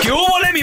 ¿Qué hubo, le, mi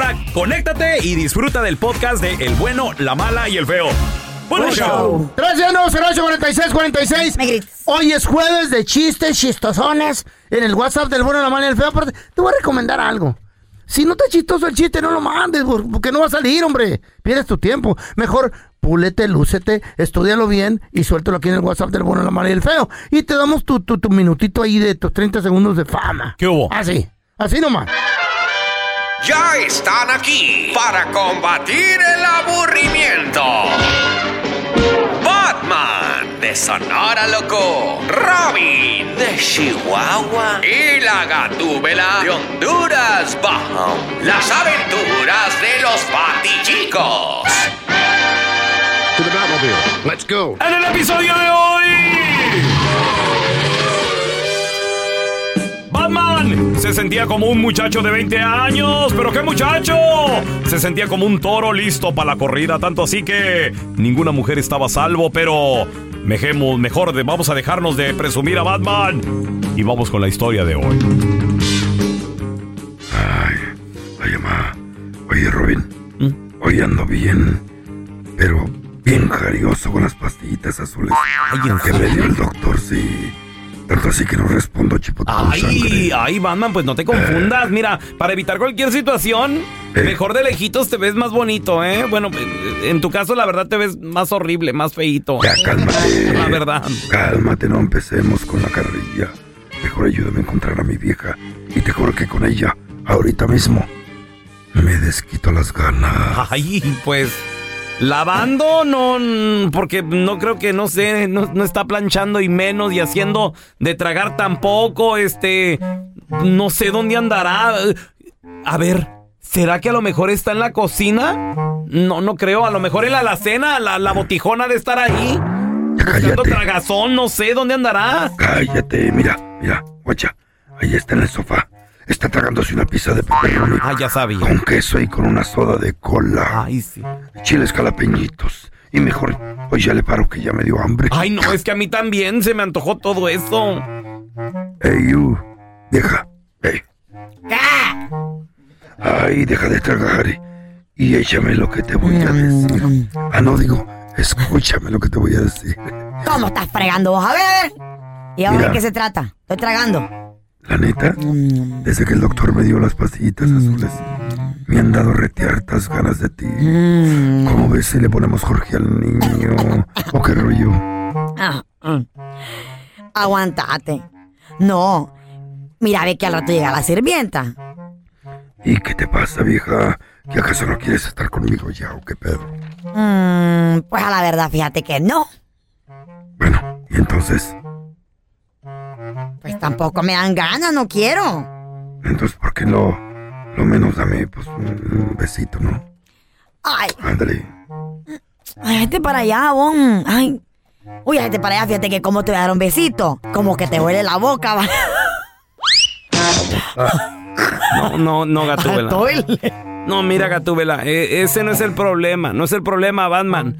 conéctate y disfruta del podcast de El bueno, la mala y el feo. Buen show. 319-0846-46. Hoy es jueves de chistes, chistosones. En el WhatsApp del bueno, la mala y el feo. Aparte, te voy a recomendar algo. Si no te es chistoso el chiste, no lo mandes, por- porque no va a salir, hombre. Pierdes tu tiempo. Mejor púlete, lúcete, estudialo bien y suéltalo aquí en el WhatsApp del bueno, la mala y el feo. Y te damos tu, tu, tu minutito ahí de tus 30 segundos de fama. ¿Qué hubo? Así, así nomás. Ya están aquí para combatir el aburrimiento. Batman de Sonora Loco, Robin de Chihuahua y la Gatúbela de Honduras Bajo. Las aventuras de los patichicos. Let's go. En el episodio de hoy. Batman se sentía como un muchacho de 20 años, pero qué muchacho. Se sentía como un toro listo para la corrida, tanto así que ninguna mujer estaba a salvo, pero mejemos, mejor de- vamos a dejarnos de presumir a Batman y vamos con la historia de hoy. Oye, ma. Oye, Robin. Hoy ando bien, pero bien jarioso con las pastillitas azules que me dio el doctor, sí. Tanto así que no respondo, chipotón sangre. Ay, ay, Batman, pues no te confundas. Mira, para evitar cualquier situación, ¿Eh? mejor de lejitos te ves más bonito, ¿eh? Bueno, en tu caso, la verdad, te ves más horrible, más feíto. Ya, cálmate. La verdad. Cálmate, no empecemos con la carrilla. Mejor ayúdame a encontrar a mi vieja. Y te juro que con ella, ahorita mismo, me desquito las ganas. Ay, pues. Lavando, no, mm, porque no creo que, no sé, no, no está planchando y menos y haciendo de tragar tampoco, este, no sé dónde andará. A ver, ¿será que a lo mejor está en la cocina? No, no creo, a lo mejor en la alacena, la, la botijona de estar ahí. Buscando tragazón, no sé dónde andará. Cállate, mira, mira, guacha. Ahí está en el sofá. Está tragándose una pizza de pepperoni Ah, ya sabía. con queso y con una soda de cola. Ay, sí. Chiles jalapeñitos. Y mejor, hoy ya le paro que ya me dio hambre. Ay, no, es que a mí también se me antojó todo eso. Ey, you, deja. Ey. Ay, deja de tragar y- y échame lo que te voy a Mm. decir. Ah, no, digo, escúchame lo que te voy a decir. ¿Cómo estás fregando vos? A ver, a ver. ¿Y ahora de Mira. qué se trata? Estoy tragando. La neta, desde que el doctor me dio las pastillitas azules, me han dado reteartas ganas de ti. ¿Cómo ves si le ponemos Jorge al niño? ¿O qué rollo? Ah, mm. Aguantate. No. Mira, ve que al rato llega la sirvienta. ¿Y qué te pasa, vieja? ¿Que acaso no quieres estar conmigo ya o qué pedo? Mm, pues a la verdad, fíjate que no. Bueno, y entonces, Pues tampoco me dan ganas, no quiero. entonces, ¿por qué no? Lo menos dame, pues, un un besito, ¿no? Ay, Ándale. ay, vete para allá, bon. Ay. Uy, vete para allá, fíjate que cómo te voy a dar un besito. Como que te huele la boca, va. No, no, no, Gatúbela. No, mira, Gatúbela, e- ese no es el problema. No es el problema, Batman.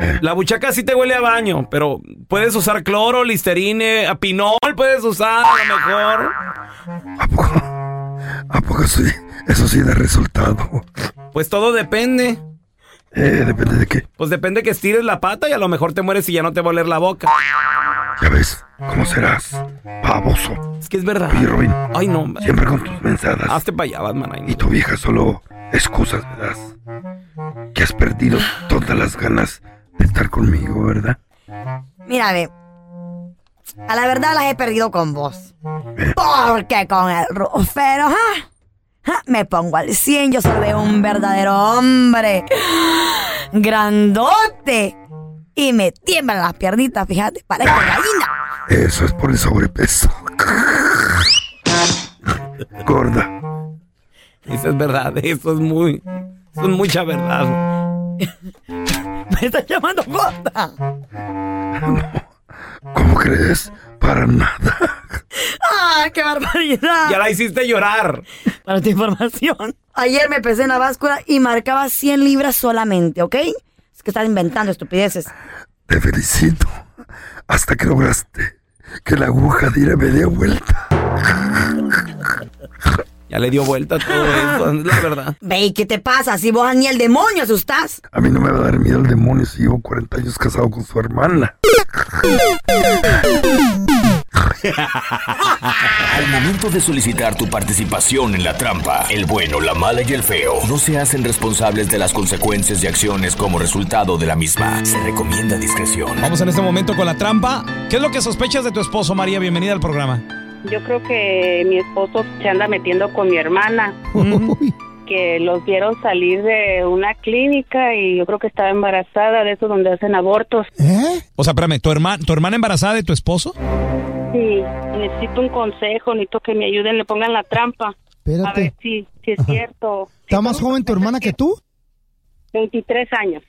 Eh. La buchaca sí te huele a baño, pero puedes usar cloro, listerine, a pinol, puedes usar a lo mejor. ¿A poco sí? Eso sí da resultado. Pues todo depende. Eh, depende de qué. Pues depende que estires la pata y a lo mejor te mueres y ya no te va a oler la boca. Ya ves, ¿cómo serás? Baboso. Es que es verdad. Oye, Robin. Ay, no. Siempre con tus mensadas. Hazte para allá, Batman. ay, no. Y tu vieja solo excusas me das. Que has perdido todas las ganas de estar conmigo, ¿verdad? Mira, ve. A la verdad las he perdido con vos. Porque con el rufero, ¿ah? Ah, Me pongo al 100, yo soy un verdadero hombre. Grandote. Y me tiemblan las piernitas, fíjate, parezco gallina. Eso es por el sobrepeso. Gorda. Eso es verdad, eso es muy. Eso es mucha verdad. Me estás llamando gorda. ¿Cómo crees? Para nada. ¡Ah, qué barbaridad! Ya la hiciste llorar. Para tu información. Ayer me pesé en la báscula y marcaba 100 libras solamente, ¿ok? Es que estás inventando estupideces. Te felicito. Hasta que lograste que la aguja diera media vuelta. Ya le dio vuelta a todo eso, es la verdad. Ve, ¿y ¿qué te pasa? Si vos ni el demonio asustás. A mí no me va a dar miedo el demonio si llevo 40 años casado con su hermana. Al momento de solicitar tu participación en la trampa, el bueno, la mala y el feo no se hacen responsables de las consecuencias y acciones como resultado de la misma. Se recomienda discreción. Vamos en este momento con la trampa. ¿Qué es lo que sospechas de tu esposo, María? Bienvenida al programa. Yo creo que mi esposo se anda metiendo con mi hermana, que los vieron salir de una clínica y yo creo que estaba embarazada de eso donde hacen abortos. O sea, espérame, ¿tu, herma- ¿tu hermana embarazada de tu esposo? Sí, necesito un consejo, necesito que me ayuden, le pongan la trampa. A ver Espérate. si, si es cierto. ¿Está más joven tu hermana que tú? 23 años,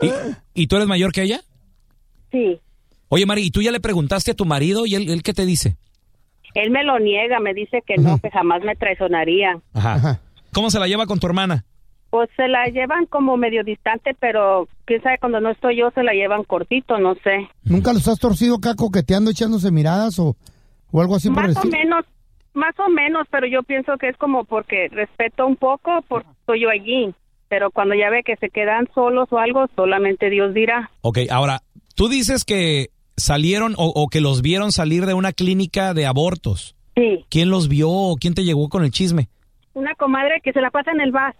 ¿Y, y tú eres mayor que ella? sí. Oye, María, ¿y tú ya le preguntaste a tu marido y él, él qué te dice? Él me lo niega, me dice que no, que jamás me traicionaría. Ajá. ¿Cómo se la lleva con tu hermana? Pues se la llevan como medio distante, pero quién sabe, cuando no estoy yo se la llevan cortito, no sé. ¿Nunca los has torcido acá coqueteando, echándose miradas o, o algo así por el Más o estilo? menos, más o menos, pero yo pienso que es como porque respeto un poco, porque estoy yo allí. Pero cuando ya ve que se quedan solos o algo, solamente Dios dirá. Ok, ahora, tú dices que salieron o, o que los vieron salir de una clínica de abortos. Sí, ¿Quién los vio o quién te llegó con el chisme? una comadre que se la pasa en el bar,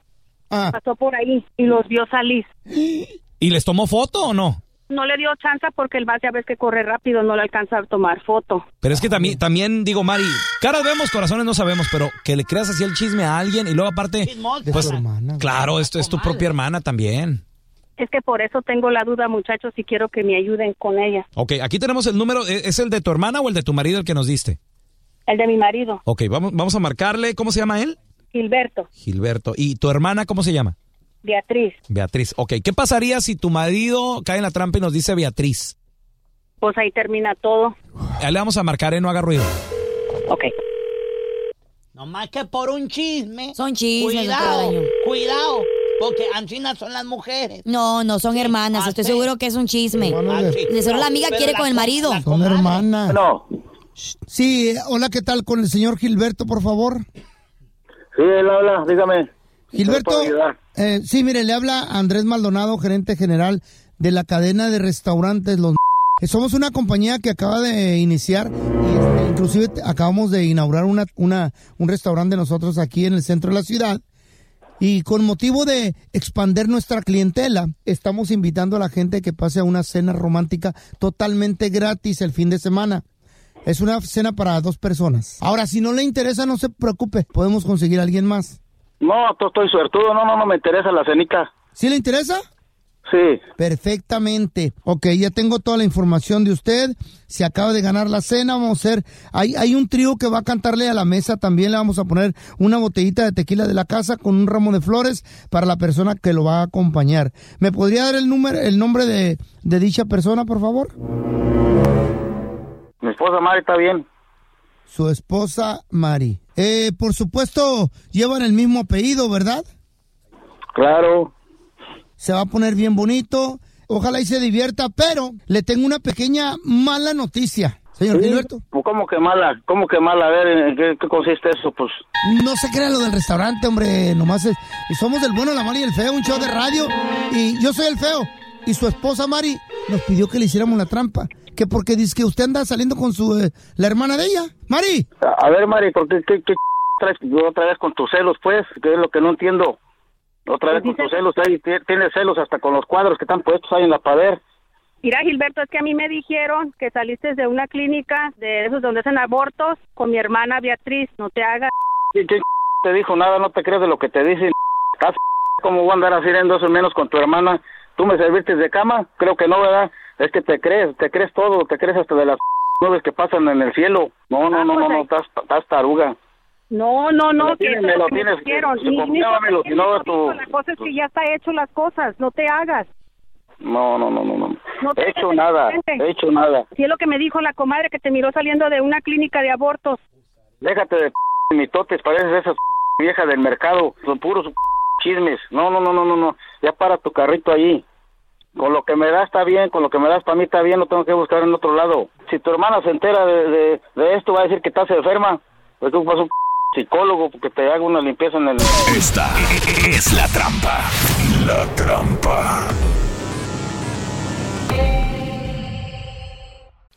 Ah, pasó por ahí y los vio salir. ¿Y les tomó foto o no? No le dio chance porque el bar ya ves que corre rápido, no le alcanza a tomar foto. Pero es que también, también digo, Mari, caras vemos, corazones no sabemos, pero que le creas así el chisme a alguien y luego aparte, de pues, tu hermana. claro, esto es tu propia hermana también. Es que por eso tengo la duda, muchachos, y quiero que me ayuden con ella. Ok, aquí tenemos el número, ¿e- ¿es el de tu hermana o el de tu marido el que nos diste? El de mi marido, Ok, vamos, vamos a marcarle, ¿cómo se llama él? Gilberto, Gilberto. ¿Y tu hermana cómo se llama? Beatriz. Beatriz. Ok, ¿qué pasaría si tu marido cae en la trampa y nos dice Beatriz? Pues ahí termina todo. Ahí le vamos a marcar, ¿eh? No haga ruido. Ok. Nomás que por un chisme. Son chismes, no te Cuidado, daño. cuidado. Porque ansinas son las mujeres. ah, No, no son hermanas, estoy así. seguro que es un chisme. Así. De seguro la amiga Ah, Pero quiere con el co- marido. la Son comadre. hermanas. No, Sí, eh, hola, ¿qué tal? Con el señor Gilberto, por favor. sí, él habla, dígame. Gilberto, ¿Me puede ayudar? eh, sí, mire, le habla Andrés Maldonado, gerente general de la cadena de restaurantes Los M- Somos una compañía que acaba de iniciar y este, inclusive te- acabamos de inaugurar una, una, un restaurante nosotros aquí en el centro de la ciudad. Y con motivo de expander nuestra clientela, estamos invitando a la gente que pase a una cena romántica totalmente gratis el fin de semana. Es una cena para dos personas. Ahora, si no le interesa, no se preocupe, podemos conseguir a alguien más. No, to- estoy suertudo, no, no, no me interesa la cenica. ¿Sí le interesa? Sí, Perfectamente. Ok, ya tengo toda la información de usted. Se acaba de ganar la cena. Vamos a hacer. Hay, hay un trío que va a cantarle a la mesa. También le vamos a poner una botellita de tequila de la casa con un ramo de flores para la persona que lo va a acompañar. ¿Me podría dar el número, el nombre de, de dicha persona, por favor? mi esposa Mari está bien. Su esposa Mari. Eh, por supuesto, llevan el mismo apellido, ¿verdad? Claro. Se va a poner bien bonito. Ojalá y se divierta, pero le tengo una pequeña mala noticia, señor Sí, Gilberto. pues, ¿Cómo que mala? ¿Cómo que mala? A ver, ¿en qué, qué consiste eso? Pues No se crea lo del restaurante, hombre. Nomás es, somos del bueno, la mala y el feo, un show de radio. Y yo soy el feo. Y su esposa Mari nos pidió que le hiciéramos la trampa. Que porque dice que usted anda saliendo con su eh, la hermana de ella. Mari, A a ver, Mari, ¿por qué, qué- qué traes otra vez con tus celos, pues? Que es lo que no entiendo. Otra vez con tus celos. ahí ti- Tienes celos hasta con los cuadros que están puestos ahí en la pared. Mira, Gilberto, es que a mí me dijeron que saliste de una clínica de esos donde hacen abortos con mi hermana Beatriz. No te hagas. ¿Quién quién te dijo nada? No te crees de lo que te dicen. Ah, ¿Cómo voy a andar haciendo eso menos con tu hermana? ¿Tú me serviste de cama? Creo que no, ¿verdad? Es que te crees, te crees todo, te crees hasta de las nubes que pasan en el cielo. No, no, no, no, no, estás, estás taruga. Ah, pues No, no, Me no, lo que tienes, eso me es lo que me tienes, dijeron. eh, Ni- ni compruébamelo, importa si quién no, me lo dijo, tú- La cosa es que ya está hecho las cosas. No te hagas. No, no, no, no, no. No te He hecho hagas nada, inocente. he hecho nada. Si es lo que me dijo la comadre que te miró saliendo de una clínica de abortos. Déjate de p- mitotes, pareces esa p- vieja del mercado, son puros p- chismes. No, no, no, no, no, no. Ya para tu carrito allí. Con lo que me das está bien, con lo que me das para mí está bien, no tengo que buscar en otro lado. Si tu hermana se entera de, de- de esto, va a decir que estás enferma. Pues tú vas a un p- psicólogo que te haga una limpieza en el... Esta es la trampa. La trampa.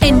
En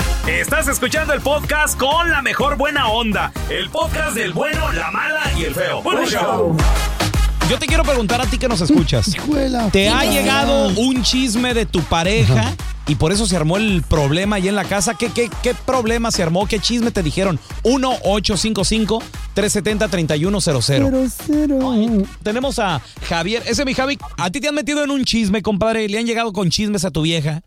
Estás escuchando el podcast con la mejor buena onda. El podcast del bueno, la mala y el feo. Bueno, show. Yo te quiero preguntar a ti que nos escuchas. ¿Te ha llegado un chisme de tu pareja y por eso se armó el problema ahí en la casa? ¿Qué, qué, qué problema se armó? ¿Qué chisme te dijeron? 1-855-370-3100. Tenemos a Javier. Ese es mi Javi. ¿A ti te han metido en un chisme, compadre? ¿Le han llegado con chismes a tu vieja?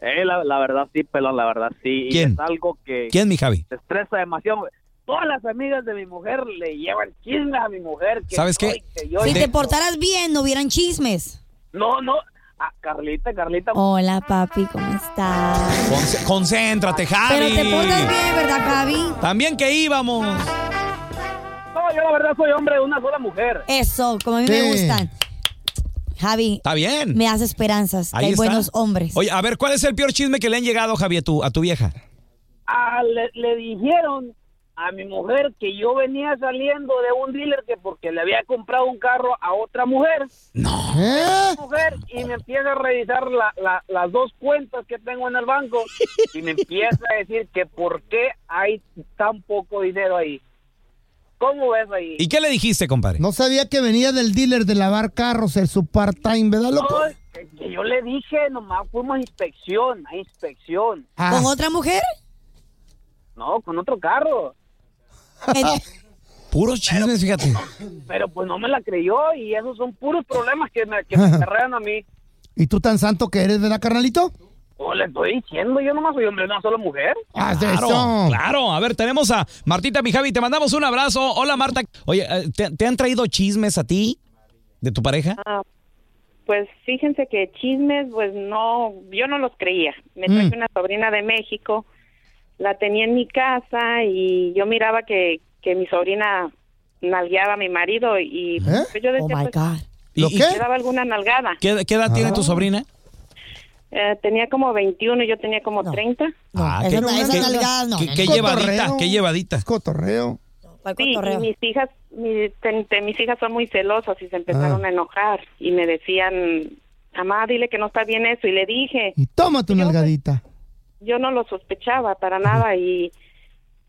Eh, la, la verdad sí, pelón, la verdad sí. ¿Quién? Y es algo que ¿Quién, mi Javi? me estresa demasiado. güey. Todas las amigas de mi mujer le llevan chisme a mi mujer. Que ¿Sabes qué? soy, que yo- Si te portaras bien, no hubieran chismes. No, no. Ah, Carlita, Carlita. Hola, papi, ¿cómo estás? Conce- concéntrate, Javi. Pero te portas bien, ¿verdad, Javi? También que íbamos. No, yo la verdad soy hombre de una sola mujer. Eso, como a mí me Sí. gustan. Javi, Está bien. me das esperanzas. que hay está. buenos hombres. Oye, a ver, ¿cuál es el peor chisme que le han llegado, Javi, a tu, a tu vieja? Ah, le, le dijeron a mi mujer que yo venía saliendo de un dealer que porque le había comprado un carro a otra mujer. No. ¿Eh? mujer y me empieza a revisar la- la- las dos cuentas que tengo en el banco y me empieza a decir que por qué hay tan poco dinero ahí. ¿Cómo ves ahí? ¿Y qué le dijiste, compadre? No sabía que venía del dealer de lavar carros, el su part-time, ¿verdad, loco? No, que- que yo le dije, nomás fuimos a inspección, a inspección. ¿Con otra mujer? No, con otro carro. Puros chismes, fíjate. Pero pues no me la creyó y esos son puros problemas que me, que me acarrean a mí. ¿Y tú tan santo que eres, verdad, carnalito? No, le estoy diciendo, yo nomás soy hombre de una sola mujer. Claro, claro. A ver, tenemos a Martita, mi Javi. Te mandamos un abrazo. Hola, Marta. Oye, eh, ¿te, te han traído chismes a ti de tu pareja? Ah, pues fíjense que chismes, pues no, yo no los creía. Me traje Mm. una sobrina de México la tenía en mi casa y yo miraba que, que mi sobrina nalgueaba a mi marido y pues, yo Oh Oh, decía, pues, ¿Eh? ¿Lo y- qué? me daba alguna nalgada. ¿Qué, qué edad Ah. tiene tu sobrina? Eh, tenía como 21 y yo tenía como 30. Ah, esas no- esas nalgadas no, qué- no, qué no. llevadita, Cotorreo. qué llevadita. Cotorreo. Sí, y mis hijas, mi- ten- ten- mis hijas son muy celosas Ah. y se empezaron a enojar y me decían, mamá, dile que no está bien eso. Y le dije, Toma tu nalgadita. yo no lo sospechaba para nada y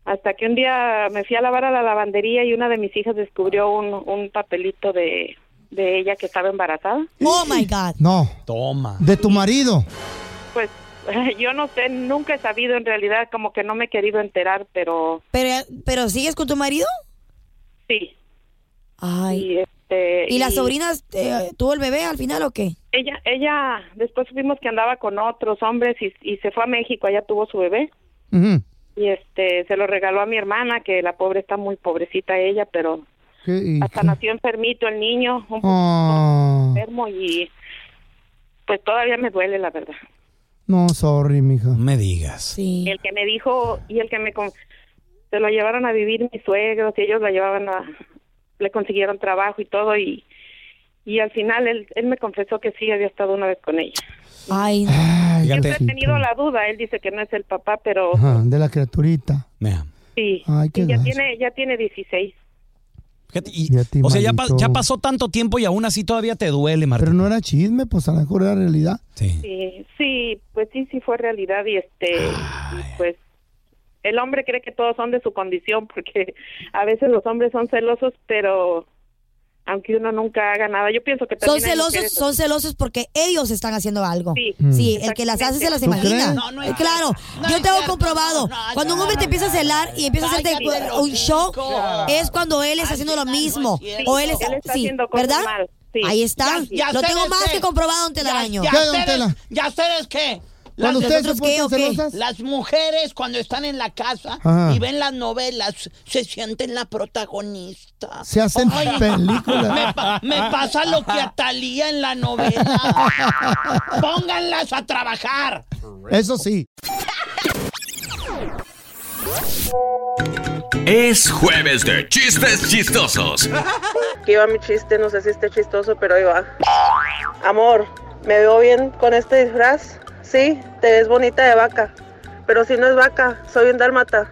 hasta que un día me fui a lavar a la lavandería y una de mis hijas descubrió un, un papelito de, de ella que estaba embarazada. Oh my God. No. Toma. De tu marido. Pues yo no sé, nunca he sabido en realidad, como que no me he querido enterar, pero Pero, pero ¿sigues con tu marido? sí. Ay. Y, este, ¿Y la y- sobrina eh, tuvo el bebé al final o qué? Ella, ella, después supimos que andaba con otros hombres y, y se fue a México, allá tuvo su bebé y este se lo regaló a mi hermana, que la pobre está muy pobrecita ella, pero ¿Qué- y hasta qué? nació enfermito el niño, un poquito Oh. enfermo y pues todavía me duele la verdad. No, sorry, mija. Me digas. El que me dijo y el que me con- se lo llevaron a vivir mis suegros y ellos la llevaban a le consiguieron trabajo y todo y y al final él, él me confesó que sí había estado una vez con ella. Ay, Siempre he tenido la duda, él dice que no es el papá, pero Ajá, de la criaturita. sí. Ay, qué Sí, ya gacho. tiene ya tiene 16. Fíjate, y- Ya te o sea, ya, pa- maldito. ya pasó tanto tiempo y aún así todavía te duele, Martín. Pero no era chisme, pues a lo mejor era realidad. Sí. Sí, sí, pues sí, sí fue realidad y este, y pues el hombre cree que todos son de su condición porque a veces los hombres son celosos, pero aunque uno nunca haga nada, yo pienso que Son también hay celosos, mujeres- son celosos porque ellos están haciendo algo. Sí, el que las hace se las Mm. ¿Tú imagina. crees? No, no es Eh, claro, cierto. No yo es tengo cierto. comprobado. cuando un hombre te empieza a celar y empieza a hacerte pues, Cállate, un show, hocico. es cuando él está haciendo lo mismo. cierto. o él está, Él está sí, haciendo cosas ¿verdad? mal, Ahí está. Ya- ya lo sé tengo de más qué. que comprobado, don Telaraño. Ya, ya ustedes, ya ustedes qué. Cuando ustedes se ¿Nosotros qué, ponen o qué? celosas. Las mujeres cuando están en la casa Ajá. y ven las novelas, se sienten la protagonista. Se hacen películas. Me, pa- me pasa lo que a Talía en la novela. Pónganlas a trabajar. Eso sí. Es jueves de chistes chistosos. Aquí va mi chiste, no sé si esté chistoso, pero ahí va. Amor, ¿me veo bien con este disfraz? Sí, te ves bonita de vaca. Pero si no es vaca, soy un dálmata.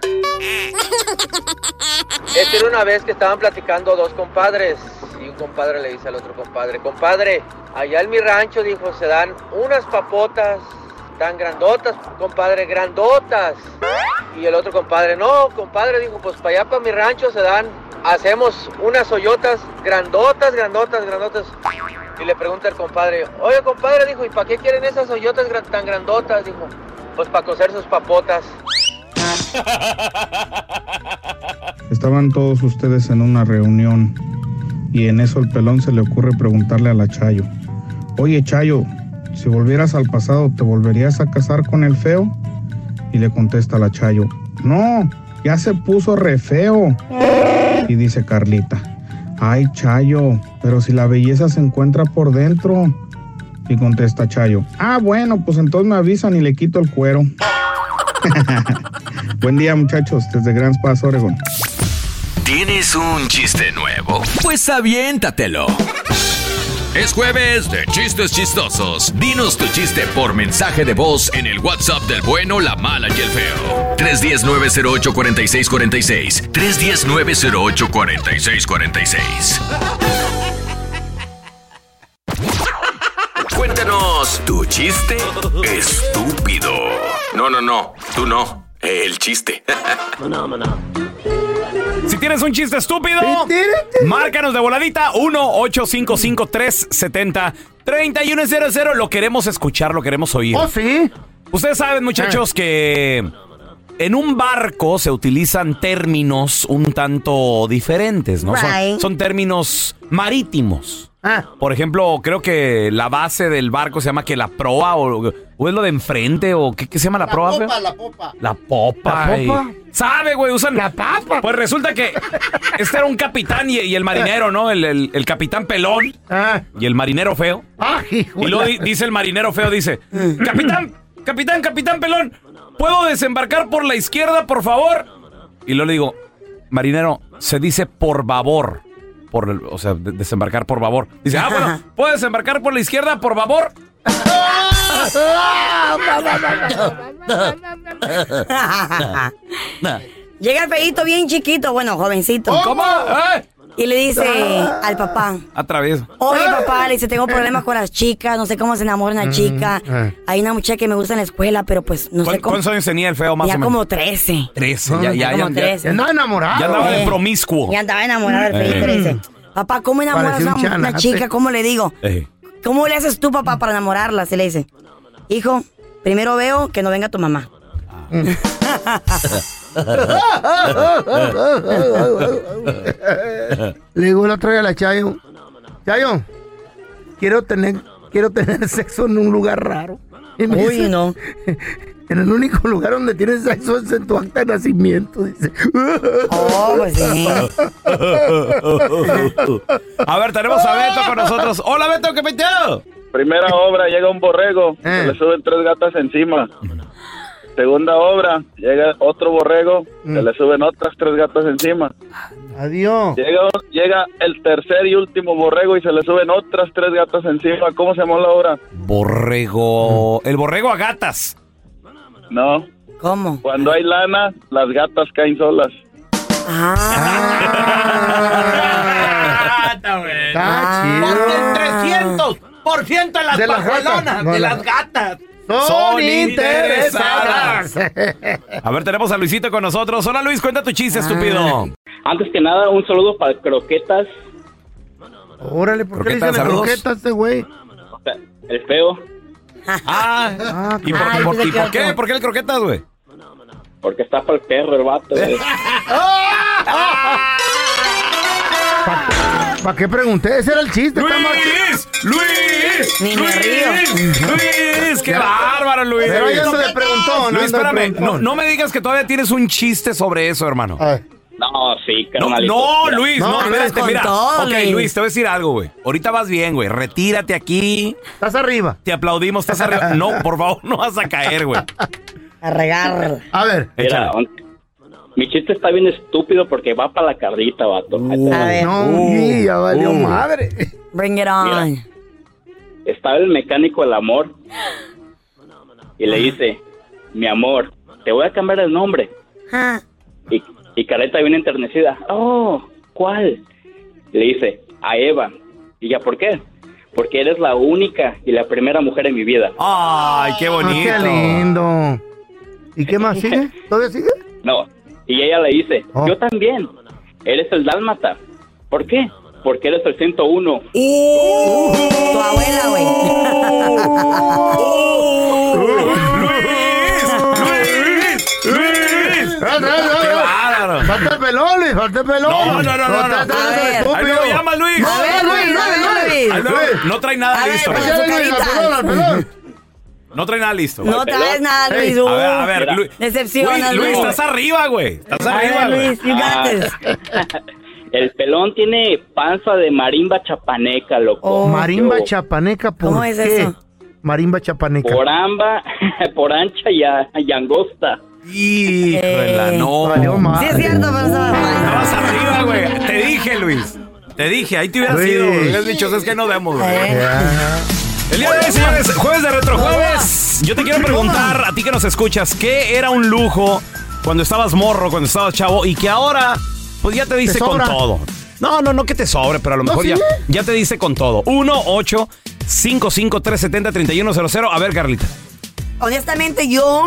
Es que era una vez que estaban platicando dos compadres y un compadre le dice al otro compadre, compadre, allá en mi rancho, dijo, se dan unas papotas tan grandotas, compadre, grandotas. Y el otro compadre, no, compadre, dijo, pues para allá, para mi rancho se dan, hacemos unas hoyotas grandotas, grandotas, grandotas. Y le pregunta el compadre, oye, compadre, dijo, ¿y para qué quieren esas hoyotas gran- tan grandotas? Dijo, pues para coser sus papotas. Estaban todos ustedes en una reunión y en eso el pelón se le ocurre preguntarle a la Chayo. Oye Chayo, si volvieras al pasado, ¿te volverías a casar con el feo? Y le contesta la Chayo, no, ya se puso re feo. Y dice Carlita, ay Chayo, pero si la belleza se encuentra por dentro. Y contesta Chayo, ah bueno, pues entonces me avisan y le quito el cuero. Buen día muchachos, desde Gran Paz, Oregon. ¿Tienes un chiste nuevo? Pues aviéntatelo. Es jueves de chistes chistosos. Dinos tu chiste por mensaje de voz en el WhatsApp del bueno, la mala y el feo. 319-08-4646. 319-08-4646. Cuéntanos tu chiste estúpido. No, no, no. Tú no. El chiste. no, no, no. Si tienes un chiste estúpido, márcanos de voladita 1-855-370-3100. Lo queremos escuchar, lo queremos oír. ¿Oh, sí? Ustedes saben, muchachos, que en un barco se utilizan términos un tanto diferentes, ¿no? Son- Right. son términos marítimos. Ah. Por ejemplo, creo que la base del barco se llama que la proa o, o es lo de enfrente o ¿qué, qué se llama la, proa? feo? la popa. La popa. ¿La y- popa? ¿Sabe, güey? Usan. La papa. Pues resulta que este era un capitán y, y el marinero, ¿no? El, el- el capitán pelón y el marinero feo. Ah, Mm. hijo Y de luego la- di- dice el marinero feo, dice, capitán, capitán, capitán pelón, ¿puedo desembarcar por la izquierda, "Ah, por favor? Y luego le digo, marinero, se dice por favor. Por, el- o sea, de- desembarcar por favor. Dice, ah, bueno, ¿puedo desembarcar por la izquierda, por favor? Ah, Llega el feíto bien chiquito, bueno, jovencito. ¿Cómo? Y le dice al papá, A través. oye Ah. papá, le dice, tengo problemas con las chicas, no sé cómo se enamora una chica. eh. Hay una muchacha que me gusta en la escuela, pero pues no sé ¿Cuán- cómo. ¿Cuántos años tenía el feo más Ya o menos? como 13. 13, ya, ya, ya. Como 13. andaba enamorado. Ya andaba de Eh. promiscuo. Ya andaba enamorada del feíto, Eh. le dice, papá, ¿cómo enamoras Parecía a un una, una chanate. chica? ¿Cómo le digo? Eh. ¿Cómo le haces tú, papá, para enamorarla? Se le dice, hijo, primero veo que no venga tu mamá. Mm. Le digo la otra vez a la Chayo, Chayo, quiero tener, quiero tener sexo en un lugar raro. Uy, no. En el único lugar donde tienes sexo es en tu acta de nacimiento, dice. Oh, pues sí. A ver, tenemos a Beto con nosotros. Hola, Beto, ¿qué Eh. peteo? Primera obra, llega un borrego, se le suben tres gatas encima. Segunda obra, llega otro borrego, Mm. se le suben otras tres gatas encima. Oh. Adiós. Llega, llega el tercer y último borrego y se le suben otras tres gatas encima. ¿Cómo se llamó la obra? Borrego. El borrego a gatas. No. ¿Cómo? Cuando hay lana, las gatas caen solas. Por 300% en las Ah. De las pajuelonas, gatas. No, de la- las gatas. Son Son interesadas. A ver, tenemos a Luisito con nosotros. Hola, Luis, cuenta tu chiste, estúpido. Antes que nada, un saludo para Croquetas, Órale, ¿por qué le dicen Croquetas, la saludos. croqueta a este güey? el feo, Ah, ¿Y por, claro. por- y por qué? ¿Por qué el croquetas, güey? porque está para el perro el vato. güey. ¿Para qué pregunté? Ese era el chiste. está mal. ¡Luis! ¡Luis! Ni me río. ¡Luis! ¡Luis! ¡Qué Ya. bárbaro, Luis! Pero ahí ando de preguntón, Luis, ando de espérame. preguntón. No, no me digas que todavía tienes un chiste sobre eso, hermano. No, sí, No, carnalito. no, Mira. Luis, no, espérate, mira. ok, Luis. te voy a decir algo, güey. Ahorita vas bien, güey. Retírate aquí. Estás arriba. Te aplaudimos, estás arriba. No, por favor, no vas a caer, güey. A regar. A ver. Mira, un- mi chiste está bien estúpido porque va para la carrita, vato. Uh, Ahí te va. y ya valió uh. madre. Bring it on. Estaba el mecánico del amor y le dice, mi amor, te voy a cambiar el nombre. Ah. Y, y Careta viene enternecida. Oh, ¿cuál? Le dice, a Eva. Y ya, ¿por qué? Porque eres la única y la primera mujer en mi vida. Ay, qué bonito. Ah, qué lindo. ¿Y qué más sigue? ¿Todavía sigue? No. Y ella le dice, yo también. Eres el dálmata. ¿Por qué? Porque eres el 101. Tu abuela, güey. ¡Luis! ¡Qué bárbaro! ¡Falta el pelón, Luis! ¡Falta el pelón! No, no, no, no, no. Estás haciendo el Ahí estúpido. luego llama Luis. A ver, Luis, dale, Ahí dale. luego- No trae nada listo. pues, Ahí viene Luis, al pelón, al pelón. No trae nada listo. No güey. traes nada, Ey, Luis, uh. A ver, a ver, Luis. Decepcionas, Luis, Luis. estás arriba, güey. Estás A ver, arriba, güey. Luis, you got Ah. this. El pelón tiene panza de marimba chapaneca, loco. Oh. Marimba chapaneca, ¿por ¿Cómo es qué? eso? Marimba chapaneca. Por amba, por ancha y, a- y angosta. Eh. Híjole, no. Sí, es cierto, pero estaba mal. Estabas arriba, güey. Te dije, Luis. Te dije, ahí te hubieras Luis. ido. güey. Hubieras dicho, es que no vemos, güey. Ya. El día de hoy, señores, jueves de retrojueves. Yo te quiero preguntar a ti que nos escuchas, ¿qué era un lujo cuando estabas morro, cuando estabas chavo y que ahora, pues ya te dice con sobra. todo? No, no, no que te sobre, pero a lo No, mejor sí. ya, ya te dice con todo. 1 8 55 370 3100 A ver, Carlita. Honestamente, yo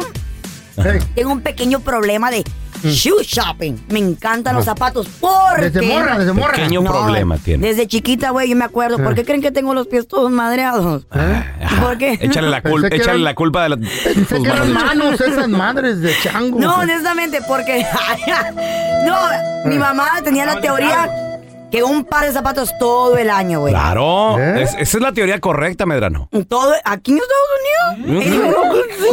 tengo un pequeño problema de shoe shopping. Me encantan los Mm. Ajá. zapatos porque... Desde morra, desde morra. Pequeño problema tiene. Desde chiquita, güey, yo me acuerdo. ¿Por qué creen que tengo los pies todos madreados? ¿Por qué? Échale la, Pensé culpa, que échale eran- la culpa de la. tus Que eran manos. manos esas madres de chango. No, honestamente, porque... no, mi Eh. mamá tenía la teoría que un par de zapatos todo el año, güey. Claro. es- esa es la teoría correcta, Medrano. Todo, aquí en Estados Mm. Unidos.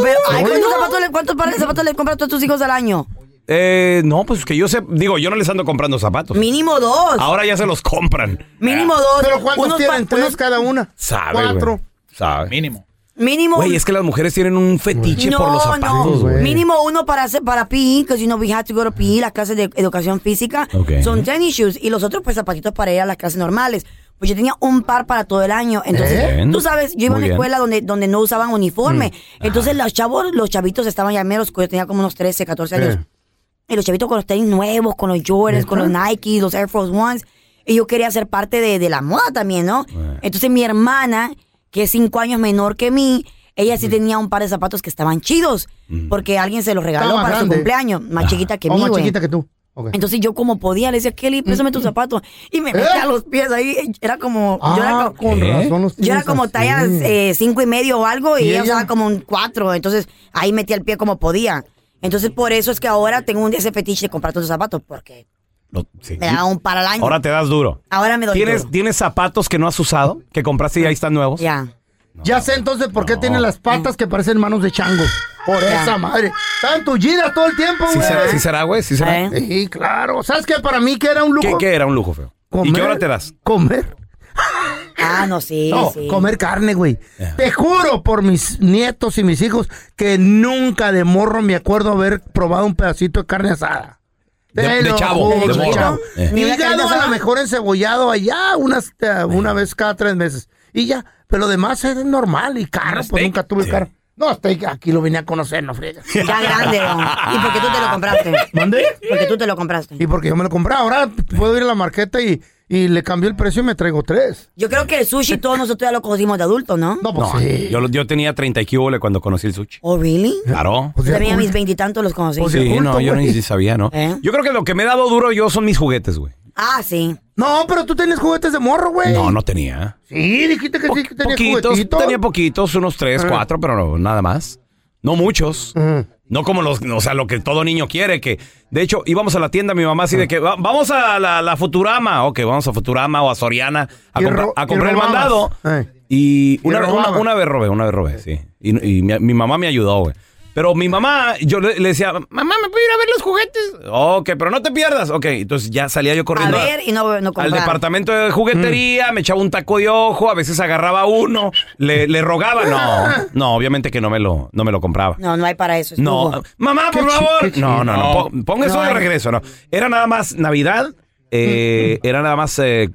Pero, ay, ¿cuántos, zapatos le, ¿Cuántos pares de zapatos le compras tú a tus hijos al año? Eh, no, pues que yo sé. Digo, yo no les ando comprando zapatos. Mínimo dos. Ahora ya se los compran. Mínimo dos. ¿Pero cuántos Unos pa- tienen? ¿Tres unos- cada una? Sabe, Cuatro. güey. Sabe. Mínimo. Mínimo. Güey, es que las mujeres tienen un fetiche No, por los no. zapatos, güey. Mínimo uno para hacer para PE, because you know we had to go to PE, las clases de educación física Ok. son tennis shoes y los otros pues zapatitos para ir a las clases normales. Pues yo tenía un par para todo el año. Entonces, ¿Eh? Bien. tú sabes, yo iba a Muy una bien. escuela donde, donde no usaban uniforme. Mm. Entonces, los chavos, los chavitos estaban ya meros, yo tenía como unos 13, 14 años. Y los chavitos con los tenis nuevos, con los Jordans, con los Nike, los Air Force Ones. Y yo quería ser parte de, de la moda también, ¿no? Entonces mi hermana, que es cinco años menor que mí, ella sí tenía un par de zapatos que estaban chidos. Porque alguien se los regaló Estaba para grande. su cumpleaños. Más Ah. chiquita que Oh, mí, más güey. chiquita que tú. Ok. Entonces yo como podía, le decía, Kelly, préstame tus zapatos. Y me ¿Eh? metía los pies ahí. Era como... yo era Ah, como, con ¿Eh? razón los Yo era tienes como así. talla eh, cinco y medio o algo y, ¿Y ella ella? usaba como un cuatro. Entonces ahí metía el pie como podía. Entonces por eso es que ahora tengo un ese fetiche de comprar todos los zapatos porque me daba un par al año. Ahora te das duro. Ahora me doy ¿Tienes, duro. ¿Tienes zapatos que no has usado? Que compraste y ahí están nuevos. Ya. Ya sé entonces por qué tiene las patas que parecen manos de chango. Por Ya. esa madre. Están tullidas todo el tiempo, ¿Sí güey. será, sí será, güey? ¿Sí será? Sí, claro. ¿Sabes qué? Para mí que era un ¿Qué, lujo. qué era un lujo, feo? ¿Y qué Comer. hora te das? Comer. Ah, no, sí, No, sí. comer carne, güey. Te juro por mis nietos y mis hijos que nunca de morro me acuerdo haber probado un pedacito de carne asada. De- Te de lo chavo, juro, de morro. chavo. Eh. Mi Ni una carne hígado a asada. lo mejor encebollado allá unas, eh, una vez cada tres meses. Y ya, pero lo demás es normal y caro, pues nunca tuve caro. No, hasta aquí lo vine a conocer, no friegas. Ya grande, don. ¿Y por qué tú te lo compraste? ¿Mande? Porque tú te lo compraste. Y porque yo me lo compré. Ahora puedo ir a la marqueta y, y le cambió el precio y me traigo tres. Yo creo que el sushi todos nosotros ya lo conocimos de adulto, ¿no? No, pues No, yo, lo- yo tenía 30 y cúbole cuando conocí el sushi. ¿Oh, really? Claro. Pues Yo también a mis veintitantos los conocí. Pues sí, no, yo ni sabía, ¿no? Yo creo que lo que me he dado duro yo son mis juguetes, güey. Ah, sí. No, pero tú tienes juguetes de morro, güey. No, no tenía. Sí, dijiste que sí, que tenía Poquitos, juguetitos. tenía poquitos, unos tres, Ah. cuatro, pero no, nada más. No muchos. No como los, o sea, lo que todo niño quiere, que de hecho íbamos a la tienda, mi mamá así de que "Va- vamos a la, la Futurama, ok, vamos a Futurama o a Soriana a, Y compra- ro- a y comprar el robabas. mandado. Eh. Y una, robabas. una- una vez robé, una vez robé, sí. Y, y mi, mi mamá me ayudó, güey. Pero mi mamá, yo le, le decía, mamá, ¿me puedo ir a ver los juguetes? ok, pero no te pierdas, ok. Entonces ya salía yo A corriendo. a- ver y no, no al comprar. departamento de Mm. juguetería, me echaba un taco de ojo, a veces agarraba uno, le, le rogaba. No, no, obviamente que no me lo, no me lo compraba. No, no hay para eso. No, estuvo. mamá, por Qué chi- favor. qué No, no, no, chido. po- ponga eso No de hay. regreso, no. Era nada más Navidad, eh, era nada más, eh,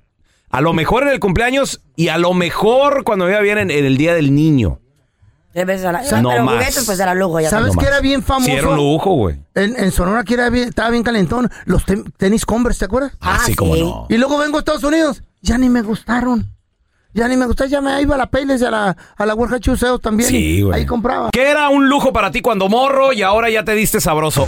a lo mejor en el cumpleaños y a lo mejor cuando me iba bien en, en el Día del Niño. Tres veces al año. No Ah, pero más. juguetes pues era lujo ya. ¿Sabes No qué más. era bien famoso? Sí, era un lujo, güey. En, en Sonora que era bien- estaba bien calentón. Los ten- tenis Converse, ¿te acuerdas? Ah, sí, cómo no. Y luego vengo a Estados Unidos. Ya ni me gustaron. Ya ni me gustaron. Ya me iba a la Payless y a la, a la Warhead Shoe Sales también. Sí, y güey. Ahí compraba. Que era un lujo para ti cuando morro y ahora ya te diste sabroso.